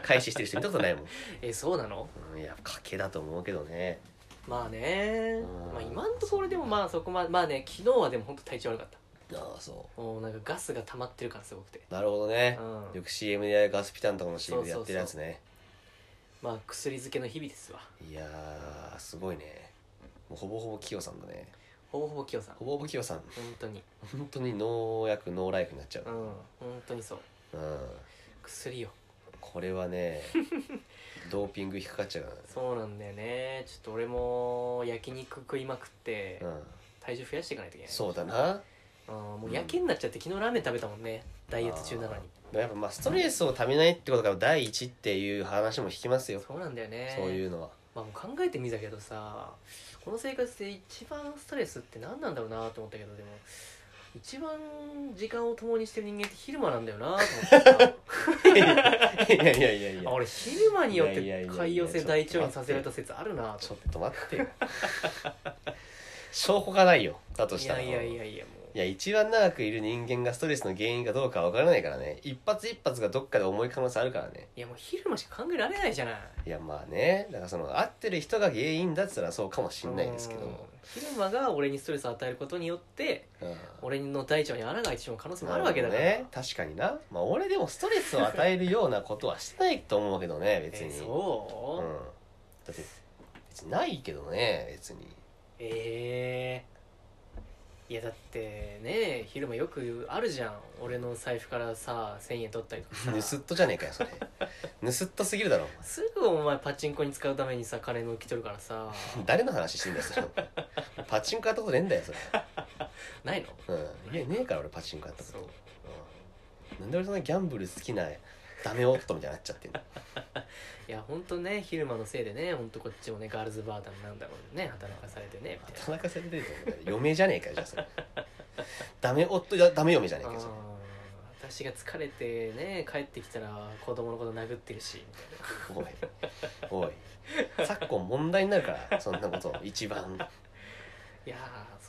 [SPEAKER 1] 開始してる人見たことないもん、
[SPEAKER 2] えそうなの
[SPEAKER 1] うん、いや賭けだと思うけどね
[SPEAKER 2] まあね
[SPEAKER 1] うん
[SPEAKER 2] まあ今んところでもまあそこまでまあね昨日はでも本当体調悪かっ
[SPEAKER 1] ああそう
[SPEAKER 2] たもうなんかガスが溜まってるからすごくて
[SPEAKER 1] なるほど
[SPEAKER 2] う
[SPEAKER 1] ね、よ
[SPEAKER 2] ん
[SPEAKER 1] く CM でガスピタンとかの CM でやってるやつね
[SPEAKER 2] まあ薬漬けの日々ですわ
[SPEAKER 1] いやーすごいねもうほぼほぼキヨさんだね
[SPEAKER 2] ほぼほぼきよさん
[SPEAKER 1] ほぼほぼキヨさん
[SPEAKER 2] 本当に
[SPEAKER 1] 本当にノー薬ノーライフになっちゃ
[SPEAKER 2] うん
[SPEAKER 1] う、
[SPEAKER 2] 本当にそ
[SPEAKER 1] う
[SPEAKER 2] う
[SPEAKER 1] ん、
[SPEAKER 2] 薬よ
[SPEAKER 1] これは ねドーピング引っかかっちゃうか
[SPEAKER 2] そうなんだよねちょっと俺も焼肉食いまくって、
[SPEAKER 1] らな、うん、
[SPEAKER 2] 体重増やしていかないといけない
[SPEAKER 1] そうだな
[SPEAKER 2] あーもうやけになっちゃって昨日ラーメン食べたもんねダイエット中なのに
[SPEAKER 1] やっぱまあストレスをためないってことが第一っていう話も聞きますよ、
[SPEAKER 2] そうなんだよね
[SPEAKER 1] そういうのは
[SPEAKER 2] まあ、もう考えてみたけどさこの生活で一番ストレスって何なんだろうなと思ったけどでも一番時間を共にしてる人間って昼間なんだよなと思ってさ
[SPEAKER 1] いやいやいやい
[SPEAKER 2] あ
[SPEAKER 1] や
[SPEAKER 2] 俺昼間によっ
[SPEAKER 1] い
[SPEAKER 2] て
[SPEAKER 1] やいやいやいや
[SPEAKER 2] 潰瘍性大腸炎させられた説あるな
[SPEAKER 1] ちょ
[SPEAKER 2] と
[SPEAKER 1] っと待ってよ証拠がないよだと
[SPEAKER 2] い
[SPEAKER 1] したら
[SPEAKER 2] やいやいやいやも
[SPEAKER 1] いや一番長くいる人間がストレスの原因かどうかわからないからね一発一発がどっかで重い可能性あるからね
[SPEAKER 2] ういやもう昼間しか考えられないじゃない
[SPEAKER 1] いやまあねだからその合ってる人が原因だって言ったらそうかもしんないですけど
[SPEAKER 2] うん昼間が俺にストレスを与えることによって
[SPEAKER 1] うん
[SPEAKER 2] 俺の大腸に穴が開いてしまう可能性もあるわけだから、
[SPEAKER 1] ね確かにな、まあ、俺でもストレスを与えるようなことはしてないと思うけどね別に、
[SPEAKER 2] えーそう、
[SPEAKER 1] うん、だって別にないけどね別に
[SPEAKER 2] ええいやだってね昼間よくあるじゃん俺の財布からさ1000円取ったりとか
[SPEAKER 1] 盗っ
[SPEAKER 2] さ
[SPEAKER 1] 人じゃねえかよそれ 盗っ人すぎるだろお
[SPEAKER 2] すぐお前パチンコに使うためにさ金のき取るか らさ
[SPEAKER 1] 前誰の話してんだよそれパチンコやったことねえんだよそ
[SPEAKER 2] ないの
[SPEAKER 1] れ、うん、いやねえから俺パチンコやったこ
[SPEAKER 2] そ
[SPEAKER 1] と
[SPEAKER 2] う、
[SPEAKER 1] うん、なんで俺そんなギャンブル好きなダメ夫みたいになっちゃってんの
[SPEAKER 2] いやほんとね昼間のせいでねほんとこっちもねガールズバーだなんだろうね働かされてねみたいな
[SPEAKER 1] 田中さん出てると思うよ嫁じゃねえかよじゃあそれダメ夫じゃダメ嫁じゃねえ
[SPEAKER 2] あ
[SPEAKER 1] かよそれ
[SPEAKER 2] ー私が疲れてね帰ってきたら子供のこと殴ってるし
[SPEAKER 1] おいおい昨今問題になるからそんなこと一番
[SPEAKER 2] いや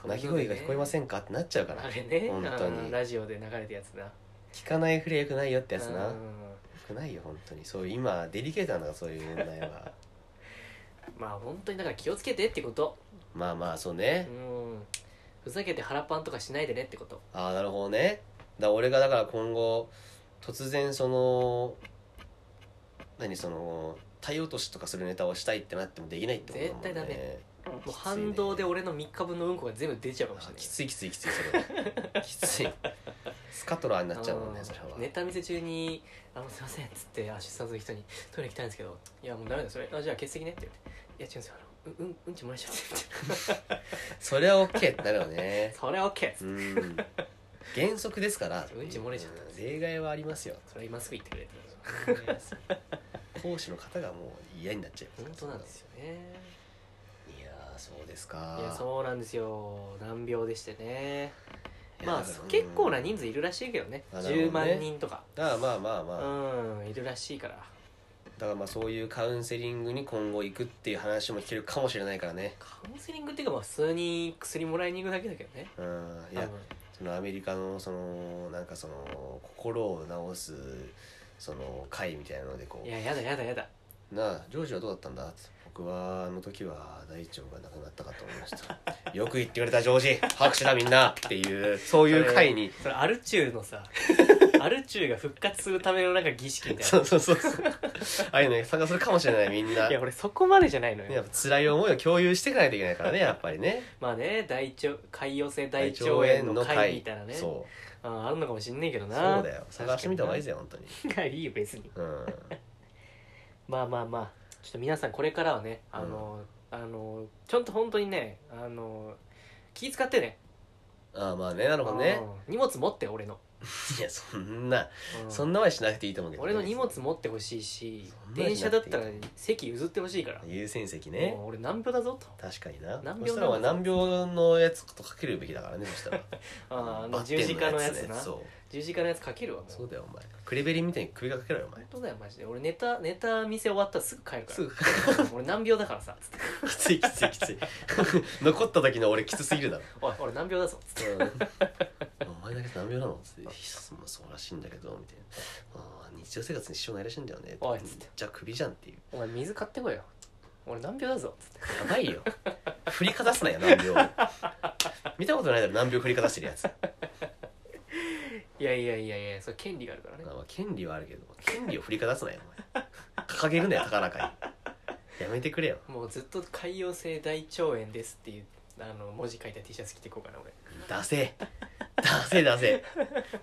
[SPEAKER 2] ーそういう
[SPEAKER 1] 鳴き声が聞こえませ
[SPEAKER 2] ん
[SPEAKER 1] んかってなっちゃうから
[SPEAKER 2] あれね
[SPEAKER 1] 本当に
[SPEAKER 2] あーラジオで流れたやつな
[SPEAKER 1] 聞かないふりはよくないよってやつな
[SPEAKER 2] う
[SPEAKER 1] よ
[SPEAKER 2] ん
[SPEAKER 1] くないよ本当にそういう今デリケートなんだからそういう問題は
[SPEAKER 2] まあ本当にだから気をつけてってこと
[SPEAKER 1] まあまあそう
[SPEAKER 2] う
[SPEAKER 1] ね
[SPEAKER 2] んふざけて腹パンとかしないでねってこと
[SPEAKER 1] ああなるほどねだ俺がだから今後突然その何その体落としとかするネタをしたいってなってもできないってことだもんね
[SPEAKER 2] 絶対ダメ
[SPEAKER 1] きつい
[SPEAKER 2] もう
[SPEAKER 1] ね
[SPEAKER 2] 反動で俺の3日分のうんこが全部出ちゃうかもし
[SPEAKER 1] あ
[SPEAKER 2] れない
[SPEAKER 1] きついきついきついそれ きついスカトラーになっちゃうもんね
[SPEAKER 2] あの
[SPEAKER 1] それは
[SPEAKER 2] ネタ見せ中に「あのすいません」っつってアシスタントの人に「トイレ行きたいんですけどいやもうダメだそれあじゃあ欠席ね」って言って「いや違うんですよあのううんうんち漏らしちゃって」みたい
[SPEAKER 1] それは OK ってなるよね
[SPEAKER 2] なそれは OK っ
[SPEAKER 1] う
[SPEAKER 2] つって
[SPEAKER 1] ん原則ですから
[SPEAKER 2] うんち漏れちゃった
[SPEAKER 1] うん例外はあります よ
[SPEAKER 2] それは今すぐ言ってくれって
[SPEAKER 1] 講師の方がもう嫌になっちゃう
[SPEAKER 2] 本当なんですよね
[SPEAKER 1] いやーそうです
[SPEAKER 2] いや
[SPEAKER 1] か
[SPEAKER 2] そうなんですよ難病でしてね
[SPEAKER 1] いや
[SPEAKER 2] まあ
[SPEAKER 1] だから
[SPEAKER 2] 結構な人数いるらしいけどね
[SPEAKER 1] あなる
[SPEAKER 2] 10
[SPEAKER 1] ほどね
[SPEAKER 2] 万人とか
[SPEAKER 1] だからまあまあ
[SPEAKER 2] う
[SPEAKER 1] まあ、
[SPEAKER 2] んいるらしいから
[SPEAKER 1] だからまあそういうカウンセリングに今後行くっていう話も聞けるかもしれないからね
[SPEAKER 2] カウンセリングっていうかまあ普通に薬もらいに行くだけだけどね
[SPEAKER 1] うんい
[SPEAKER 2] 多
[SPEAKER 1] や
[SPEAKER 2] 分
[SPEAKER 1] そのアメリカのそのなんかその心を治すその会みたいなのでこ
[SPEAKER 2] いややだやだやだ
[SPEAKER 1] う「なあジョージはどうだったんだ?」僕はあの時は大腸がなくなったかと思いました」「よく言ってくれたジョージ拍手だみんな」っていうそういう会に
[SPEAKER 2] それアルチュー のさアルチューが復活するためのなんか儀式みたい
[SPEAKER 1] そうそうそうそうああいうのに参加するかもしれないみんな
[SPEAKER 2] ないや俺そこまでじゃないのよ、
[SPEAKER 1] ねやっぱ辛い思いを共有していかないといけない からねやっぱりね
[SPEAKER 2] まあね大腸潰瘍性大腸炎の会みたいなね
[SPEAKER 1] そう
[SPEAKER 2] ああるのかもしんねえけど
[SPEAKER 1] そ
[SPEAKER 2] な
[SPEAKER 1] うだよ探してみた方がいいぜ本当に
[SPEAKER 2] 確 かにないいよ別に
[SPEAKER 1] うん
[SPEAKER 2] まあまあまあちょっと皆さんこれからはねあの、あのちゃんと本当にねあの気使ってね
[SPEAKER 1] ああまあねなるほどね
[SPEAKER 2] うん荷物持って俺の、
[SPEAKER 1] いや そんな
[SPEAKER 2] うん
[SPEAKER 1] そんなまでしなくていいと思うけどね、
[SPEAKER 2] 俺の荷物持ってほしいし
[SPEAKER 1] そんな
[SPEAKER 2] 電
[SPEAKER 1] にし
[SPEAKER 2] 車
[SPEAKER 1] な
[SPEAKER 2] だ
[SPEAKER 1] く
[SPEAKER 2] って
[SPEAKER 1] いい
[SPEAKER 2] たら席譲ってほしいから、
[SPEAKER 1] 優先席ね
[SPEAKER 2] もう俺難病だぞと
[SPEAKER 1] 確かにな
[SPEAKER 2] 難
[SPEAKER 1] そ
[SPEAKER 2] 病
[SPEAKER 1] したら
[SPEAKER 2] なの
[SPEAKER 1] 難病のやつとかけるべきだからねそしたら
[SPEAKER 2] あーあ
[SPEAKER 1] バ
[SPEAKER 2] の
[SPEAKER 1] ッテン
[SPEAKER 2] 十字架のやつな
[SPEAKER 1] そう
[SPEAKER 2] 十字架のやつかけるわもう
[SPEAKER 1] そうだよお前クレベリンみたいに首がかけろよお
[SPEAKER 2] 本
[SPEAKER 1] 前
[SPEAKER 2] 当だよマジで俺ネタネタ見せ終わったらすぐ帰るか
[SPEAKER 1] すぐき
[SPEAKER 2] ら 俺難病だからさつって
[SPEAKER 1] つい きついきつい 残った時の俺きつすぎるだろ、
[SPEAKER 2] 「おい俺難病だぞ」つって
[SPEAKER 1] うん、お前だけ難病なのつって「そまあそうらしいんだけど」みたいなあー「日常生活に支障ないらしいんだよね」
[SPEAKER 2] おいっつって
[SPEAKER 1] じゃあ首じゃん」っていう
[SPEAKER 2] 「お前水買ってこいよ俺難病だぞ」つって
[SPEAKER 1] やばいよ振りかざすなよ難病見たことないだろ難病振りかざしてるやつ
[SPEAKER 2] いやいやいやいやそれ権利があるからね
[SPEAKER 1] まあ、権利はあるけど権利を振りかざすなよお前掲げるなよ高らかにやめてくれよ
[SPEAKER 2] もうずっと「潰瘍性大腸炎です」っていうあの文字書いた T シャツ着ていこうかな俺
[SPEAKER 1] 出せ出せ出せ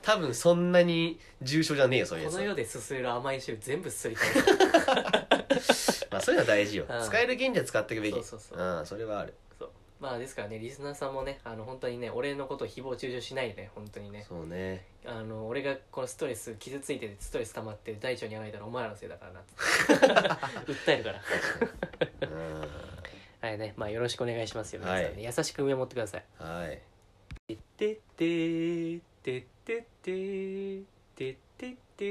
[SPEAKER 1] 多分そんなに重症じゃねえよそういうやつ
[SPEAKER 2] この
[SPEAKER 1] は
[SPEAKER 2] 世ですする甘い汁全部すり替えた
[SPEAKER 1] まあそういうのは大事よ、
[SPEAKER 2] うん
[SPEAKER 1] 使える権利は使っていくべき、
[SPEAKER 2] そうそうそうん
[SPEAKER 1] それはある、
[SPEAKER 2] そうまあですからねリスナーさんもねあの本当にね俺のことを誹謗中傷しないでね本当にね
[SPEAKER 1] そうね
[SPEAKER 2] あの俺がこのストレス傷ついててストレス溜まって大腸に上がいたらお前らのせいだ からな訴えるから
[SPEAKER 1] うん
[SPEAKER 2] はいねまあよろしくお願いしますよ皆さんね、
[SPEAKER 1] は
[SPEAKER 2] 優しく見守ってください
[SPEAKER 1] はい
[SPEAKER 2] てっててててててて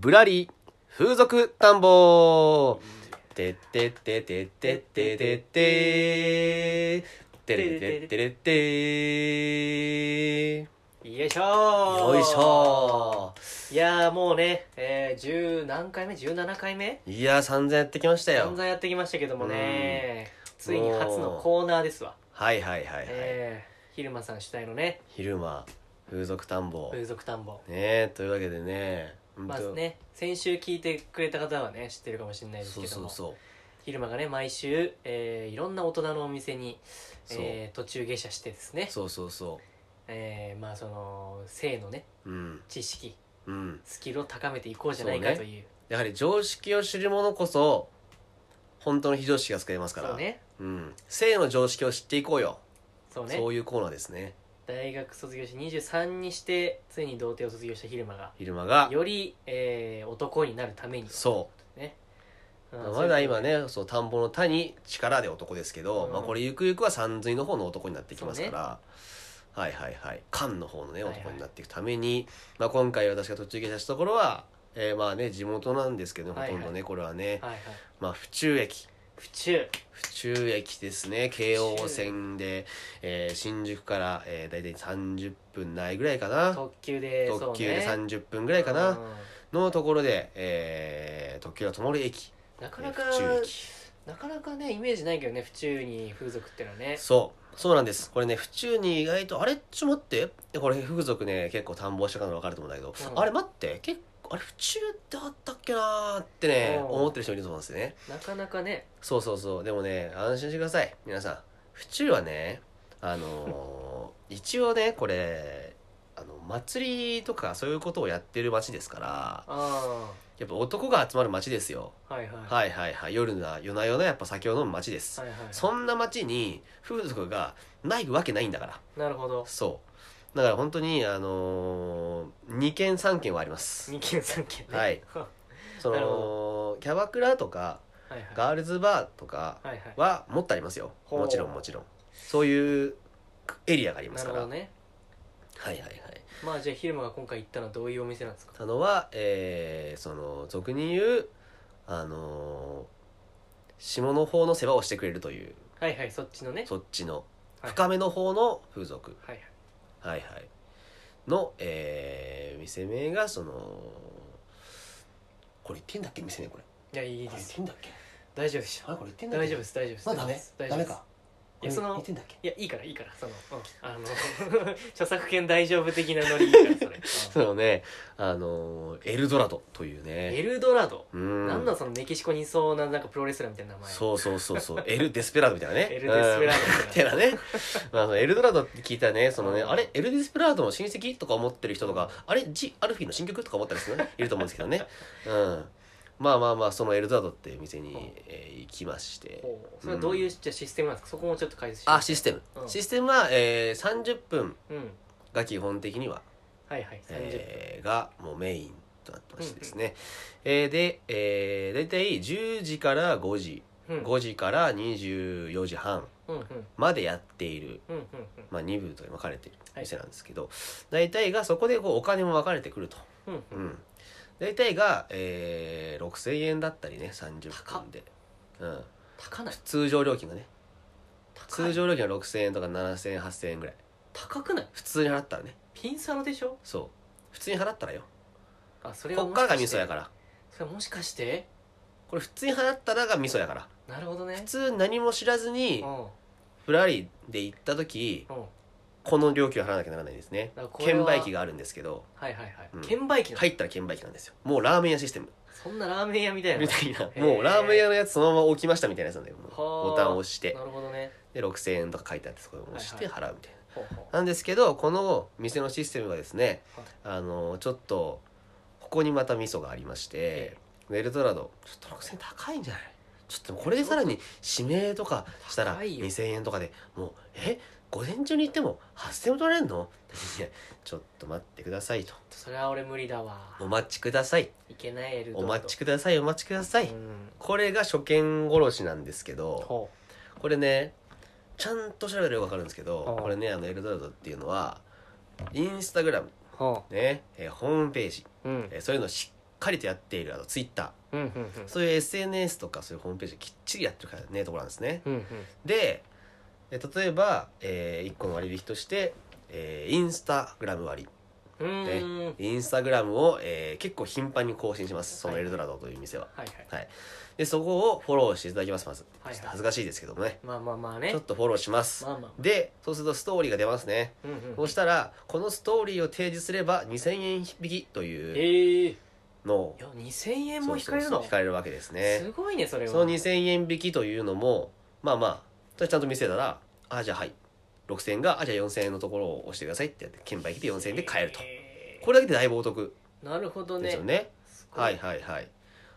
[SPEAKER 1] ぶらり風俗探訪てってってってってってってっててれてれてれて
[SPEAKER 2] よいしょー
[SPEAKER 1] よいしょ
[SPEAKER 2] いやーもうねえー、十何回目17回目
[SPEAKER 1] ーいやー散々やってきましたよ
[SPEAKER 2] 散々やってきましたけどもねついに初のコーナーですわ、
[SPEAKER 1] はいはいはいはい、
[SPEAKER 2] えー、昼間さん主体のね
[SPEAKER 1] 昼間風俗探訪
[SPEAKER 2] 風
[SPEAKER 1] ね
[SPEAKER 2] 俗探訪
[SPEAKER 1] えというわけでねうんと
[SPEAKER 2] まずね先週聞いてくれた方はね知ってるかもしれないです
[SPEAKER 1] そ
[SPEAKER 2] け
[SPEAKER 1] う
[SPEAKER 2] ど
[SPEAKER 1] そ
[SPEAKER 2] も
[SPEAKER 1] うそう
[SPEAKER 2] 昼間がね毎週、えー、いろんな大人のお店に、
[SPEAKER 1] そう、
[SPEAKER 2] えー、途中下車してですね、
[SPEAKER 1] そうそうそ
[SPEAKER 2] えー、まあその性のね
[SPEAKER 1] ううん
[SPEAKER 2] 知識
[SPEAKER 1] うん
[SPEAKER 2] スキルを高めていこうじゃないか
[SPEAKER 1] そうね
[SPEAKER 2] という
[SPEAKER 1] やはり常識を知る者こそ本当の非常識が作れます
[SPEAKER 2] そ
[SPEAKER 1] か
[SPEAKER 2] う
[SPEAKER 1] ら
[SPEAKER 2] ね
[SPEAKER 1] うん、性の常識を知っていこうよ
[SPEAKER 2] そうね
[SPEAKER 1] そういうコーナーですね
[SPEAKER 2] 大学卒業して23にしてついに童貞を卒業した昼間が
[SPEAKER 1] 昼間が
[SPEAKER 2] より、えー、男になるために
[SPEAKER 1] そう
[SPEAKER 2] ね、うん
[SPEAKER 1] まだ今ねそう田んぼの「田」に力で男ですけど、
[SPEAKER 2] うん
[SPEAKER 1] まあ、これゆくゆくは三髄の方の男になってきますから、はいはいはい漢の方のね
[SPEAKER 2] はいはい
[SPEAKER 1] 男になっていくために、まあ、今回私が途中下車したところは、えーまあね地元なんですけどねほとんどね、
[SPEAKER 2] はいは
[SPEAKER 1] これはね、
[SPEAKER 2] はいはい
[SPEAKER 1] まあ、府中駅
[SPEAKER 2] 府中
[SPEAKER 1] 府中駅ですね京王線で、えー新宿から、えー、大体30分ないぐらいかな
[SPEAKER 2] 特急で
[SPEAKER 1] 特急で
[SPEAKER 2] そうね
[SPEAKER 1] 30分ぐらいかな、
[SPEAKER 2] うん
[SPEAKER 1] のところで、えー特急が止まる駅
[SPEAKER 2] なか
[SPEAKER 1] えー
[SPEAKER 2] なか
[SPEAKER 1] 府中駅
[SPEAKER 2] なかなかねイメージないけどね府中に風俗ってのはね
[SPEAKER 1] そそうなんです。これね、府中に意外と、あれちょ、待って。でこれ、風俗ね、結構探訪してからの分かると思うんだけど、
[SPEAKER 2] うん
[SPEAKER 1] あれ待って、結構、あれ府中ってあったっけなーってね、
[SPEAKER 2] うん
[SPEAKER 1] 思ってる人いると思うんですよね。
[SPEAKER 2] なかなかね
[SPEAKER 1] そうそうそう。でもね、安心してください。皆さん。府中はね、あのー 一応ね、これ、あの、祭りとかそういうことをやってる街ですから、
[SPEAKER 2] あ
[SPEAKER 1] やっぱ男が集まる街ですよ。
[SPEAKER 2] あはいはいは
[SPEAKER 1] はいはいはい。夜な、夜な夜なやっぱ酒を飲む街です。
[SPEAKER 2] いはい
[SPEAKER 1] そんな街に風俗がないわけないんだから。
[SPEAKER 2] なるほど
[SPEAKER 1] そう。だから本当に、あのー、2軒3軒はあります。
[SPEAKER 2] 二軒三軒ね
[SPEAKER 1] はい
[SPEAKER 2] は
[SPEAKER 1] そ
[SPEAKER 2] なる
[SPEAKER 1] の、キャバクラとか、
[SPEAKER 2] いはい
[SPEAKER 1] ガールズバーとか
[SPEAKER 2] はいはい
[SPEAKER 1] はもっとありますよ。
[SPEAKER 2] ほう
[SPEAKER 1] もちろんもちろん。そういうエリアがありま
[SPEAKER 2] な
[SPEAKER 1] す
[SPEAKER 2] る
[SPEAKER 1] か
[SPEAKER 2] ほ
[SPEAKER 1] ら。
[SPEAKER 2] どね
[SPEAKER 1] はいはいはい。
[SPEAKER 2] まあじゃあ昼間が今回行ったのはどういうお店なんですか
[SPEAKER 1] あのは、えー、その、俗に言う、あのー下の方の世話をしてくれるという、
[SPEAKER 2] はいはいそっちのね
[SPEAKER 1] そっちの、
[SPEAKER 2] はい
[SPEAKER 1] 深めの方の風俗。
[SPEAKER 2] はいは
[SPEAKER 1] は
[SPEAKER 2] い
[SPEAKER 1] いはいの、えー、店名がそのこれ言ってんだっけ店名これ
[SPEAKER 2] いやいい
[SPEAKER 1] これ
[SPEAKER 2] で
[SPEAKER 1] 言っ
[SPEAKER 2] す
[SPEAKER 1] てんだっけ
[SPEAKER 2] 大丈夫でし
[SPEAKER 1] あれ
[SPEAKER 2] ょ
[SPEAKER 1] これ言ってんだっけ
[SPEAKER 2] 大丈夫です大丈夫です
[SPEAKER 1] まあダメ
[SPEAKER 2] 大
[SPEAKER 1] ダ
[SPEAKER 2] 丈夫
[SPEAKER 1] メ
[SPEAKER 2] です
[SPEAKER 1] か
[SPEAKER 2] いやそ
[SPEAKER 1] これ言
[SPEAKER 2] の
[SPEAKER 1] ってんだっけ
[SPEAKER 2] いやいいからいいからその、うんあの 著作権大丈夫的なノリいいからそれ、
[SPEAKER 1] そのねあのーエルドラドという
[SPEAKER 2] うんエ
[SPEAKER 1] ね
[SPEAKER 2] ルドラド、
[SPEAKER 1] うーん
[SPEAKER 2] なんだそのメキシコにいそうななんかプロレスラーみたいな名前
[SPEAKER 1] そうそうそうそうエル・デスペラードみたいなね
[SPEAKER 2] エルデスペラ
[SPEAKER 1] う
[SPEAKER 2] ード
[SPEAKER 1] ん
[SPEAKER 2] み
[SPEAKER 1] み
[SPEAKER 2] た
[SPEAKER 1] た
[SPEAKER 2] い
[SPEAKER 1] い
[SPEAKER 2] な
[SPEAKER 1] なね、 まあ、そのエルドラドって聞いたらねそのね
[SPEAKER 2] うん
[SPEAKER 1] あれエル・デスペラードの親戚とか思ってる人とかあれジ・アルフィーの新曲とか思ったりするねいると思うんですけどねうんまあまあまあそのエルドラドっていう店に、えー行きまして
[SPEAKER 2] ほうそれはどういう、じゃあシステムなんですかそこもちょっと解説して
[SPEAKER 1] あシステム、
[SPEAKER 2] うん
[SPEAKER 1] システムは、えー、30分
[SPEAKER 2] うん
[SPEAKER 1] が基本的には、
[SPEAKER 2] はいはい30分、
[SPEAKER 1] えーがもうメインとなってましてですね、えーで、えー、大体10時から5時
[SPEAKER 2] うん
[SPEAKER 1] 5時から24時半
[SPEAKER 2] うんうん
[SPEAKER 1] までやっている、
[SPEAKER 2] うんうん
[SPEAKER 1] まあ、2部とに分かれている店なんですけど、大体がそこでこうお金も分かれてくると、
[SPEAKER 2] うん
[SPEAKER 1] う
[SPEAKER 2] うんうん
[SPEAKER 1] ん、大体が、えー、6000円だったりね30分で、うん、
[SPEAKER 2] 高ない
[SPEAKER 1] 通常料金がね
[SPEAKER 2] 高
[SPEAKER 1] 通
[SPEAKER 2] い
[SPEAKER 1] 常料金は6000円とか7000円8000円ぐらい
[SPEAKER 2] 高くない
[SPEAKER 1] 普通に払ったらね
[SPEAKER 2] ピンサロでしょ
[SPEAKER 1] そう普通に払ったらよ
[SPEAKER 2] あそれは
[SPEAKER 1] こっからが味噌やから
[SPEAKER 2] それはもしかして
[SPEAKER 1] これ普通に払ったらが味噌やから
[SPEAKER 2] なるほど
[SPEAKER 1] 普
[SPEAKER 2] ね
[SPEAKER 1] 通何も知らず
[SPEAKER 2] う
[SPEAKER 1] に
[SPEAKER 2] んうん
[SPEAKER 1] フラリーで行った時この料金を払わなきゃならないんですね
[SPEAKER 2] だからこれは
[SPEAKER 1] 券売機があるんですけど
[SPEAKER 2] はいはいはい、
[SPEAKER 1] うん
[SPEAKER 2] 券売機なの
[SPEAKER 1] 入ったら券売機なんですよもうラーメン屋システム
[SPEAKER 2] そんなラーメン屋みたいな
[SPEAKER 1] みたいな
[SPEAKER 2] へー
[SPEAKER 1] もうラーメン屋のやつそのまま置きましたみたいなやつなんだよもう
[SPEAKER 2] はあ
[SPEAKER 1] ボタンを押して
[SPEAKER 2] なるほどね
[SPEAKER 1] で6000円とか書いてあってそこを押して払うみたいな
[SPEAKER 2] ほうほ
[SPEAKER 1] なんですけどこの店のシステムはですね
[SPEAKER 2] はい
[SPEAKER 1] あのちょっとここにまた味噌がありまして
[SPEAKER 2] え
[SPEAKER 1] エルドラドちょっと6000円高いんじゃないちょっとこれでさらに指名とかしたら
[SPEAKER 2] 高いよ
[SPEAKER 1] 2000円とかでもうえ午前中に行っても8000円も取られんのいやちょっと待ってくださいと
[SPEAKER 2] うそれは俺無理だわ
[SPEAKER 1] お待ちください
[SPEAKER 2] いけないエルド
[SPEAKER 1] お
[SPEAKER 2] ラド
[SPEAKER 1] 待ちくださいお待ちください
[SPEAKER 2] うん
[SPEAKER 1] これが初見殺しなんですけど
[SPEAKER 2] ほ
[SPEAKER 1] これねちゃんと調べれば分かるんですけど
[SPEAKER 2] ああ
[SPEAKER 1] これねあのエルドラドっていうのはインスタグラム
[SPEAKER 2] うほ
[SPEAKER 1] ね、えーホームページ、
[SPEAKER 2] ううん
[SPEAKER 1] えーそういうのをしっかりとやっているあのツイッタ
[SPEAKER 2] うんうん
[SPEAKER 1] ーそういう SNS とかそういうホームページをきっちりやってるからねところなんですね
[SPEAKER 2] うんうん
[SPEAKER 1] で、えー例えば、え1個の割引として、えーインスタグラム割
[SPEAKER 2] うんうん
[SPEAKER 1] ね
[SPEAKER 2] うんはい
[SPEAKER 1] インスタグラムを、えー結構頻繁に更新しますその
[SPEAKER 2] はい
[SPEAKER 1] エルドラドという店は、
[SPEAKER 2] はい
[SPEAKER 1] でそこをフォローしていただきますまず、
[SPEAKER 2] はいはい
[SPEAKER 1] ちょっと恥ずかしいですけどもね
[SPEAKER 2] まあまあまあね
[SPEAKER 1] ちょっとフォローします
[SPEAKER 2] まあまあ
[SPEAKER 1] でそうするとストーリーが出ますね
[SPEAKER 2] うんうん
[SPEAKER 1] そしたらこのストーリーを提示すれば2000円引きという
[SPEAKER 2] ええい
[SPEAKER 1] のを
[SPEAKER 2] や2000円
[SPEAKER 1] そ
[SPEAKER 2] も
[SPEAKER 1] う
[SPEAKER 2] 引
[SPEAKER 1] そ
[SPEAKER 2] か
[SPEAKER 1] う
[SPEAKER 2] れる
[SPEAKER 1] そう
[SPEAKER 2] の
[SPEAKER 1] 引かれるわけですね
[SPEAKER 2] すごいねそれは
[SPEAKER 1] その2000円引きというのもまあまあそれちゃんと見せたらあじゃあはい6000円があじゃあ4000円のところを押してくださいってやって券売機で4000円で買えると
[SPEAKER 2] えー
[SPEAKER 1] これだけでだいぶお得
[SPEAKER 2] なるほど
[SPEAKER 1] です
[SPEAKER 2] ね
[SPEAKER 1] よね
[SPEAKER 2] すご
[SPEAKER 1] はいはいはい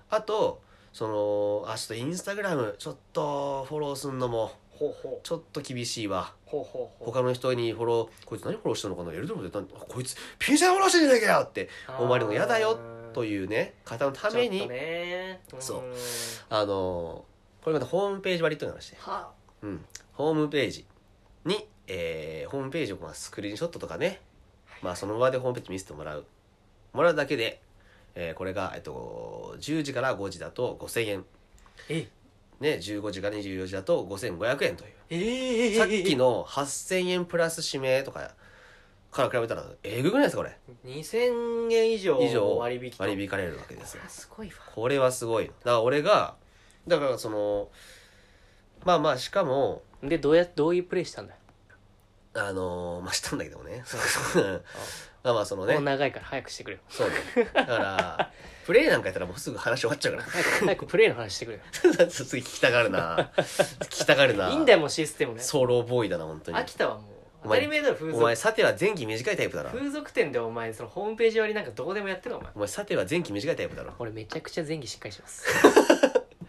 [SPEAKER 1] あとそのあちょっとインスタグラムちょっとフォローすんのも
[SPEAKER 2] ほうほう
[SPEAKER 1] ちょっと厳しいわ
[SPEAKER 2] ほうほうほう
[SPEAKER 1] 他の人にフォローこいつ何フォローしたのかなエルドラドで何あこいつピンサーフォローしてんじゃねえかよって思われるの嫌だよと
[SPEAKER 2] いう
[SPEAKER 1] いうね方のために、
[SPEAKER 2] ね
[SPEAKER 1] そうんあのーこれまたホームページ割りとなりまして、
[SPEAKER 2] は
[SPEAKER 1] うん、ホームページに、えーホームページをまあスクリーンショットとかね、まあ、その場でホームページ見せてもらうもらうだけで、えーこれが、えっと、10時から5時だと5000円、
[SPEAKER 2] え
[SPEAKER 1] ね、15時から24時だと5500円という
[SPEAKER 2] ええ
[SPEAKER 1] さっきの8000円プラス指名とかから比べたらえぐくないですかこれ
[SPEAKER 2] 2000円以上
[SPEAKER 1] 以上
[SPEAKER 2] 割引と
[SPEAKER 1] 割り引かれるわけです
[SPEAKER 2] そ
[SPEAKER 1] よ
[SPEAKER 2] れはすごいわ
[SPEAKER 1] これはすごいだから俺がだからそのまあまあしかも
[SPEAKER 2] でどうやどういうプレイしたんだよ
[SPEAKER 1] あのーまあしたんだけどね まあまあその
[SPEAKER 2] もう
[SPEAKER 1] ね
[SPEAKER 2] 長いから早くしてくれよ
[SPEAKER 1] そうねだからプレイなんかやったらもうすぐ話終わっちゃうから
[SPEAKER 2] 早く 早くプレイの話してくれよ
[SPEAKER 1] 次聞きたがるな聞きたがるない
[SPEAKER 2] いんだよもうシステムね
[SPEAKER 1] ソロボーイだな本当に
[SPEAKER 2] 秋田はもう
[SPEAKER 1] お
[SPEAKER 2] 当
[SPEAKER 1] 前
[SPEAKER 2] たり前だろ風
[SPEAKER 1] お前
[SPEAKER 2] 俗
[SPEAKER 1] さては前期短いタイプだな
[SPEAKER 2] 風俗店でお前そのホームページ割りなんかどうでもやってるのお前
[SPEAKER 1] お前さては前期短いタイプだろ
[SPEAKER 2] 俺めちゃくちゃ前儀しっかりします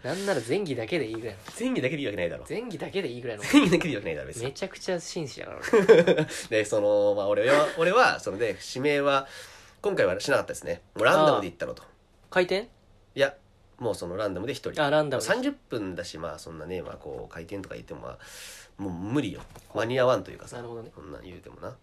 [SPEAKER 2] なんなら前儀だけでいいぐらいの
[SPEAKER 1] 前期だけでいいわけないだろ
[SPEAKER 2] 前儀だけでいいぐらい の
[SPEAKER 1] 前期だけでいいわけないだろ別に
[SPEAKER 2] めちゃくちゃ紳士だから
[SPEAKER 1] でそのまあ俺は俺はそので指名は今回はしなかったですねもうランダムで行ったのと
[SPEAKER 2] 回転
[SPEAKER 1] いやもうそのランダムで一人
[SPEAKER 2] あランダムで
[SPEAKER 1] 30分だしまあそんなねまあこう回転とか言ってもまあもう無理よ間に合わんというかさ
[SPEAKER 2] なるほどね
[SPEAKER 1] こんなん言うてもな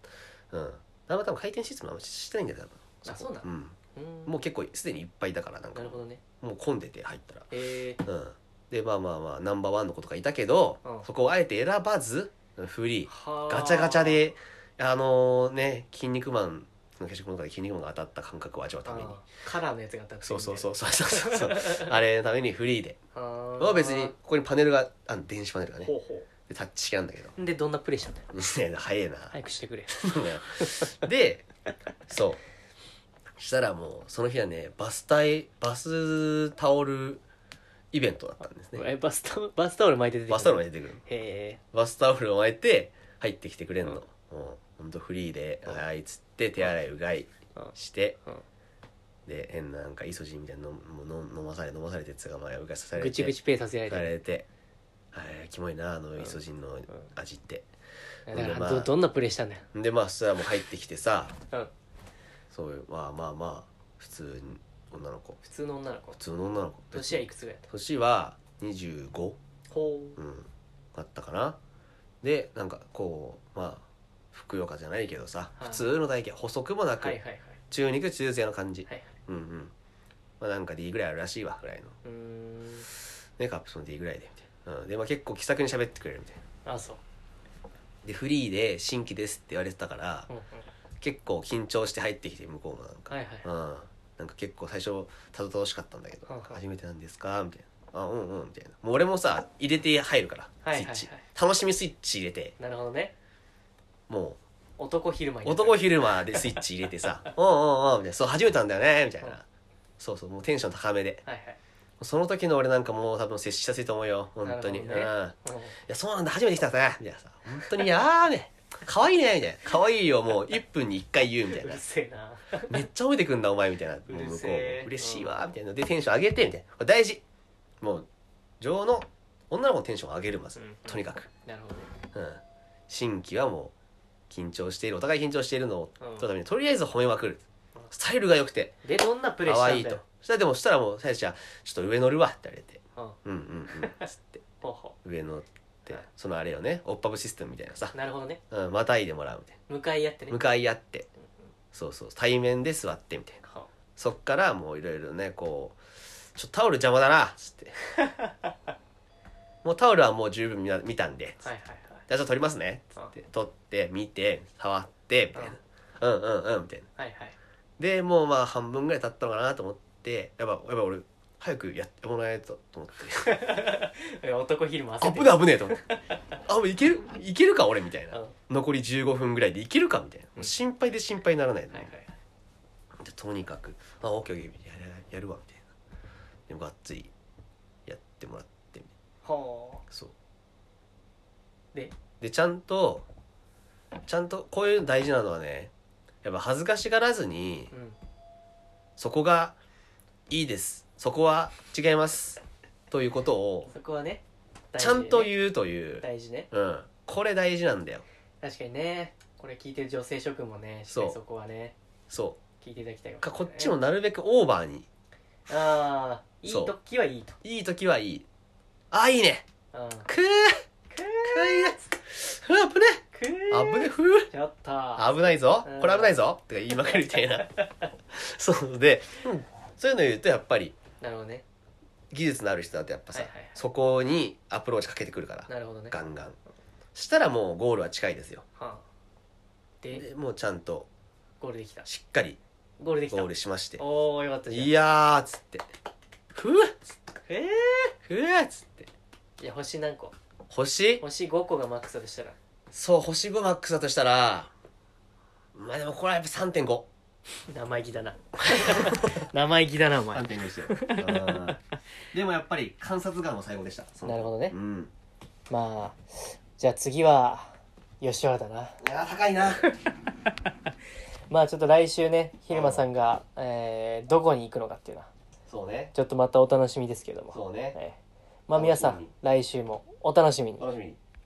[SPEAKER 1] うんあんま多分回転システムあんましてないんだよ多分
[SPEAKER 2] あそうなの
[SPEAKER 1] ん
[SPEAKER 2] うーん
[SPEAKER 1] もう結構すでにいっぱいだからなんか
[SPEAKER 2] なるほどね
[SPEAKER 1] もう混んでて入ったら
[SPEAKER 2] え
[SPEAKER 1] うんでまあまあまあナンバーワンの子とかいたけど、
[SPEAKER 2] うん
[SPEAKER 1] そこをあえて選ばずフリー
[SPEAKER 2] ー、はー
[SPEAKER 1] ガチャガチャであのね「筋肉マン」の消しゴムの中で「筋肉マン」が当たった感覚を味わうために
[SPEAKER 2] あーカラーのやつがあったくせ
[SPEAKER 1] そう
[SPEAKER 2] に
[SPEAKER 1] そうそうそうそうそう あれのためにフリーで
[SPEAKER 2] あー
[SPEAKER 1] まあ別にここにパネルがあの電子パネルがね
[SPEAKER 2] ほうほ
[SPEAKER 1] でタッチ式なんだけど
[SPEAKER 2] うでどんなプレイしたんだよ
[SPEAKER 1] ね早えな、
[SPEAKER 2] 早くしてくれ
[SPEAKER 1] でそうしたらもうその日はねバスタイバスタオルイベントだったんですね
[SPEAKER 2] え バスタオバスタオル巻いて出て
[SPEAKER 1] バスタオル
[SPEAKER 2] へ
[SPEAKER 1] が出てくる
[SPEAKER 2] え
[SPEAKER 1] バスタオルを巻いて入ってきてくれんの、もうほんとフリーで「
[SPEAKER 2] うん
[SPEAKER 1] はい」っつって手洗いうがい
[SPEAKER 2] うん
[SPEAKER 1] して、
[SPEAKER 2] うん
[SPEAKER 1] で変ななんかイソジンみたいなのもう飲飲まされ飲まされてつうかまあうがいさされて
[SPEAKER 2] ぐちぐちペイさせられ
[SPEAKER 1] さ
[SPEAKER 2] て
[SPEAKER 1] れて「はいキモいなあのイソジンの味って」
[SPEAKER 2] だから
[SPEAKER 1] まあ
[SPEAKER 2] どどんなプレイしたんだよ
[SPEAKER 1] でまあそしたらもう入ってきてさ
[SPEAKER 2] うん
[SPEAKER 1] そういうまあまあまあ普通に女の子
[SPEAKER 2] 普通の女の子
[SPEAKER 1] 普通の女の子
[SPEAKER 2] 年はいくつぐらいだ
[SPEAKER 1] 年は25
[SPEAKER 2] ったほう
[SPEAKER 1] うんあったかなでなんかこうまあふくよかじゃないけどさ、
[SPEAKER 2] はい
[SPEAKER 1] 普通の体型細くもなく、
[SPEAKER 2] はいはいはい
[SPEAKER 1] 中肉中背の感じ、
[SPEAKER 2] はいはい
[SPEAKER 1] うんうんまあなんか D ぐらいあるらしいわぐらいの
[SPEAKER 2] うーん
[SPEAKER 1] ねカップその D ぐらいでみたいな、うん、でまあ結構気さくに喋ってくれるみたいな
[SPEAKER 2] あそう
[SPEAKER 1] でフリーで新規ですって言われてたから、
[SPEAKER 2] うんうん
[SPEAKER 1] 結構緊張して入ってきて向こうもなんか
[SPEAKER 2] はいはい
[SPEAKER 1] うん、なんか結構最初たどたどしかったんだけど
[SPEAKER 2] うんうん
[SPEAKER 1] 「初めてなんですか?」みたいな「あうんうん」みたいなもう俺もさ入れて入るから、
[SPEAKER 2] はいはいはい
[SPEAKER 1] スイッチ楽しみスイッチ入れて
[SPEAKER 2] なるほどね
[SPEAKER 1] も
[SPEAKER 2] 男昼間
[SPEAKER 1] う男
[SPEAKER 2] 昼
[SPEAKER 1] 昼間でスイッチ入れて さ「うんうんうん」みたいな「そう初めてなんだよね」みたいな、
[SPEAKER 2] うん
[SPEAKER 1] そうそうもうテンション高めで
[SPEAKER 2] はいはい
[SPEAKER 1] その時の俺なんかもう多分接しやすいと思うよ本当に、
[SPEAKER 2] な
[SPEAKER 1] う
[SPEAKER 2] る
[SPEAKER 1] ん
[SPEAKER 2] ほど
[SPEAKER 1] 「いやそうなんだ初めて来たんだね」みたいなさ「本当にやーね可愛いね」みたいな「可愛いよもう1分に1回 言う」みた
[SPEAKER 2] う
[SPEAKER 1] い
[SPEAKER 2] んう
[SPEAKER 1] な
[SPEAKER 2] るせえ な
[SPEAKER 1] めっちゃ褒めてくんだお前みたいなもう
[SPEAKER 2] うる
[SPEAKER 1] 向こ
[SPEAKER 2] せ
[SPEAKER 1] う
[SPEAKER 2] え
[SPEAKER 1] も嬉しいわみたいなでテンション上げてみたいなこれ大事もう女王の女の子のテンションを上げるまず
[SPEAKER 2] うん
[SPEAKER 1] とにかく、
[SPEAKER 2] なるほどね
[SPEAKER 1] うん、新規はもう緊張しているお互い緊張しているのを
[SPEAKER 2] うん
[SPEAKER 1] 取るためにとりあえず褒めまくる
[SPEAKER 2] うん
[SPEAKER 1] スタイルが良くて
[SPEAKER 2] でどんなプレイし
[SPEAKER 1] 可
[SPEAKER 2] た
[SPEAKER 1] 愛
[SPEAKER 2] ん
[SPEAKER 1] い
[SPEAKER 2] だ
[SPEAKER 1] と
[SPEAKER 2] よ
[SPEAKER 1] そしたらでもそしたらもう最初は「ちょっと上乗るわ」って言われて「
[SPEAKER 2] うん
[SPEAKER 1] うんうんうん」つって
[SPEAKER 2] ほうほ
[SPEAKER 1] 上乗って
[SPEAKER 2] はい
[SPEAKER 1] そのあれよねオッパブシステムみたいなさ
[SPEAKER 2] う、なるほどね
[SPEAKER 1] うん、またいでもらうみたい
[SPEAKER 2] 向かい合って
[SPEAKER 1] な
[SPEAKER 2] ね
[SPEAKER 1] 向かい合って
[SPEAKER 2] うんうん
[SPEAKER 1] そうそう対面で座ってみたいな
[SPEAKER 2] は
[SPEAKER 1] そっからもういろいろねこう「ちょっとタオル邪魔だな」っつって「もうタオルはもう十分見な見たんで」
[SPEAKER 2] あはいはい
[SPEAKER 1] じゃあちょっと取りますね」っつって取って見て触ってみたいな「うんうんうん」みたいな
[SPEAKER 2] はいはいはい
[SPEAKER 1] でもうまあ半分ぐらい経ったのかなと思ってやっぱやっぱ俺早くやってもらえと と思って
[SPEAKER 2] え男昼間
[SPEAKER 1] あ
[SPEAKER 2] 焦って
[SPEAKER 1] 危ない危ねえと思って「あもういけるいけるか俺」みたいな
[SPEAKER 2] うん
[SPEAKER 1] 残り15分ぐらいでいけるかみたいなもう心配で心配にならないの、
[SPEAKER 2] はいはい
[SPEAKER 1] でとにかく「あオッケーオッケーやるやるわ」みたいなでもがっつりやってもらって
[SPEAKER 2] ほ
[SPEAKER 1] そう
[SPEAKER 2] で
[SPEAKER 1] でちゃんとちゃんとこういうの大事なのはねやっぱ恥ずかしがらずに
[SPEAKER 2] ううん
[SPEAKER 1] そこがいいですそこは違いますということを
[SPEAKER 2] そこはね
[SPEAKER 1] ちゃんと
[SPEAKER 2] う
[SPEAKER 1] 言うという、
[SPEAKER 2] 大事ね
[SPEAKER 1] うん、これ大事なんだよ
[SPEAKER 2] 確かにねこれ聞いてる女性諸君もね
[SPEAKER 1] そう
[SPEAKER 2] しっかりそこはね
[SPEAKER 1] そ
[SPEAKER 2] 聞いていただきたいうわ
[SPEAKER 1] かこっちもなるべくオーバーに
[SPEAKER 2] ああいい
[SPEAKER 1] そう
[SPEAKER 2] 時はいいと
[SPEAKER 1] いい時はいいあいいね
[SPEAKER 2] うん
[SPEAKER 1] くー
[SPEAKER 2] くー
[SPEAKER 1] くーいねふーぶね
[SPEAKER 2] く
[SPEAKER 1] あ
[SPEAKER 2] ー
[SPEAKER 1] ぶねふー
[SPEAKER 2] ちょっとは
[SPEAKER 1] 危ないぞ
[SPEAKER 2] うん
[SPEAKER 1] これ危ないぞとか言いまくるみたいな そうで、そういうの言うとやっぱり
[SPEAKER 2] なるほどね
[SPEAKER 1] 技術のある人だとやっぱさ、
[SPEAKER 2] はいはいはい
[SPEAKER 1] そこにアプローチかけてくるから
[SPEAKER 2] なるほどね
[SPEAKER 1] ガンガンしたらもうゴールは近いですよ
[SPEAKER 2] はあで
[SPEAKER 1] でもうちゃんと
[SPEAKER 2] ゴールできた
[SPEAKER 1] しっかり
[SPEAKER 2] ゴールでき
[SPEAKER 1] ゴ
[SPEAKER 2] た
[SPEAKER 1] ールしまして
[SPEAKER 2] おおよかったじゃん
[SPEAKER 1] いやーっつってふう
[SPEAKER 2] え
[SPEAKER 1] ふうっつって
[SPEAKER 2] えいや星何個
[SPEAKER 1] 星
[SPEAKER 2] 星5個がマックスだとしたら
[SPEAKER 1] そう、星5マックスだとしたら、まあでもこれはやっぱ3.5。
[SPEAKER 2] 生意気 だな生意気だなお前
[SPEAKER 1] 3.5ですよ。うんでもやっぱり観察眼は最後でした。
[SPEAKER 2] なるほどね
[SPEAKER 1] うん。
[SPEAKER 2] まあじゃあ次は吉原だない
[SPEAKER 1] やー、高いな。
[SPEAKER 2] まあちょっと来週ね昼間さんが、えーどこに行くのかっていうのは
[SPEAKER 1] そうね。
[SPEAKER 2] ちょっとまたお楽しみですけども、
[SPEAKER 1] そうね。
[SPEAKER 2] ええまあ皆さ
[SPEAKER 1] 楽
[SPEAKER 2] ん
[SPEAKER 1] しみ
[SPEAKER 2] 来週もお楽しみに
[SPEAKER 1] 楽しみに。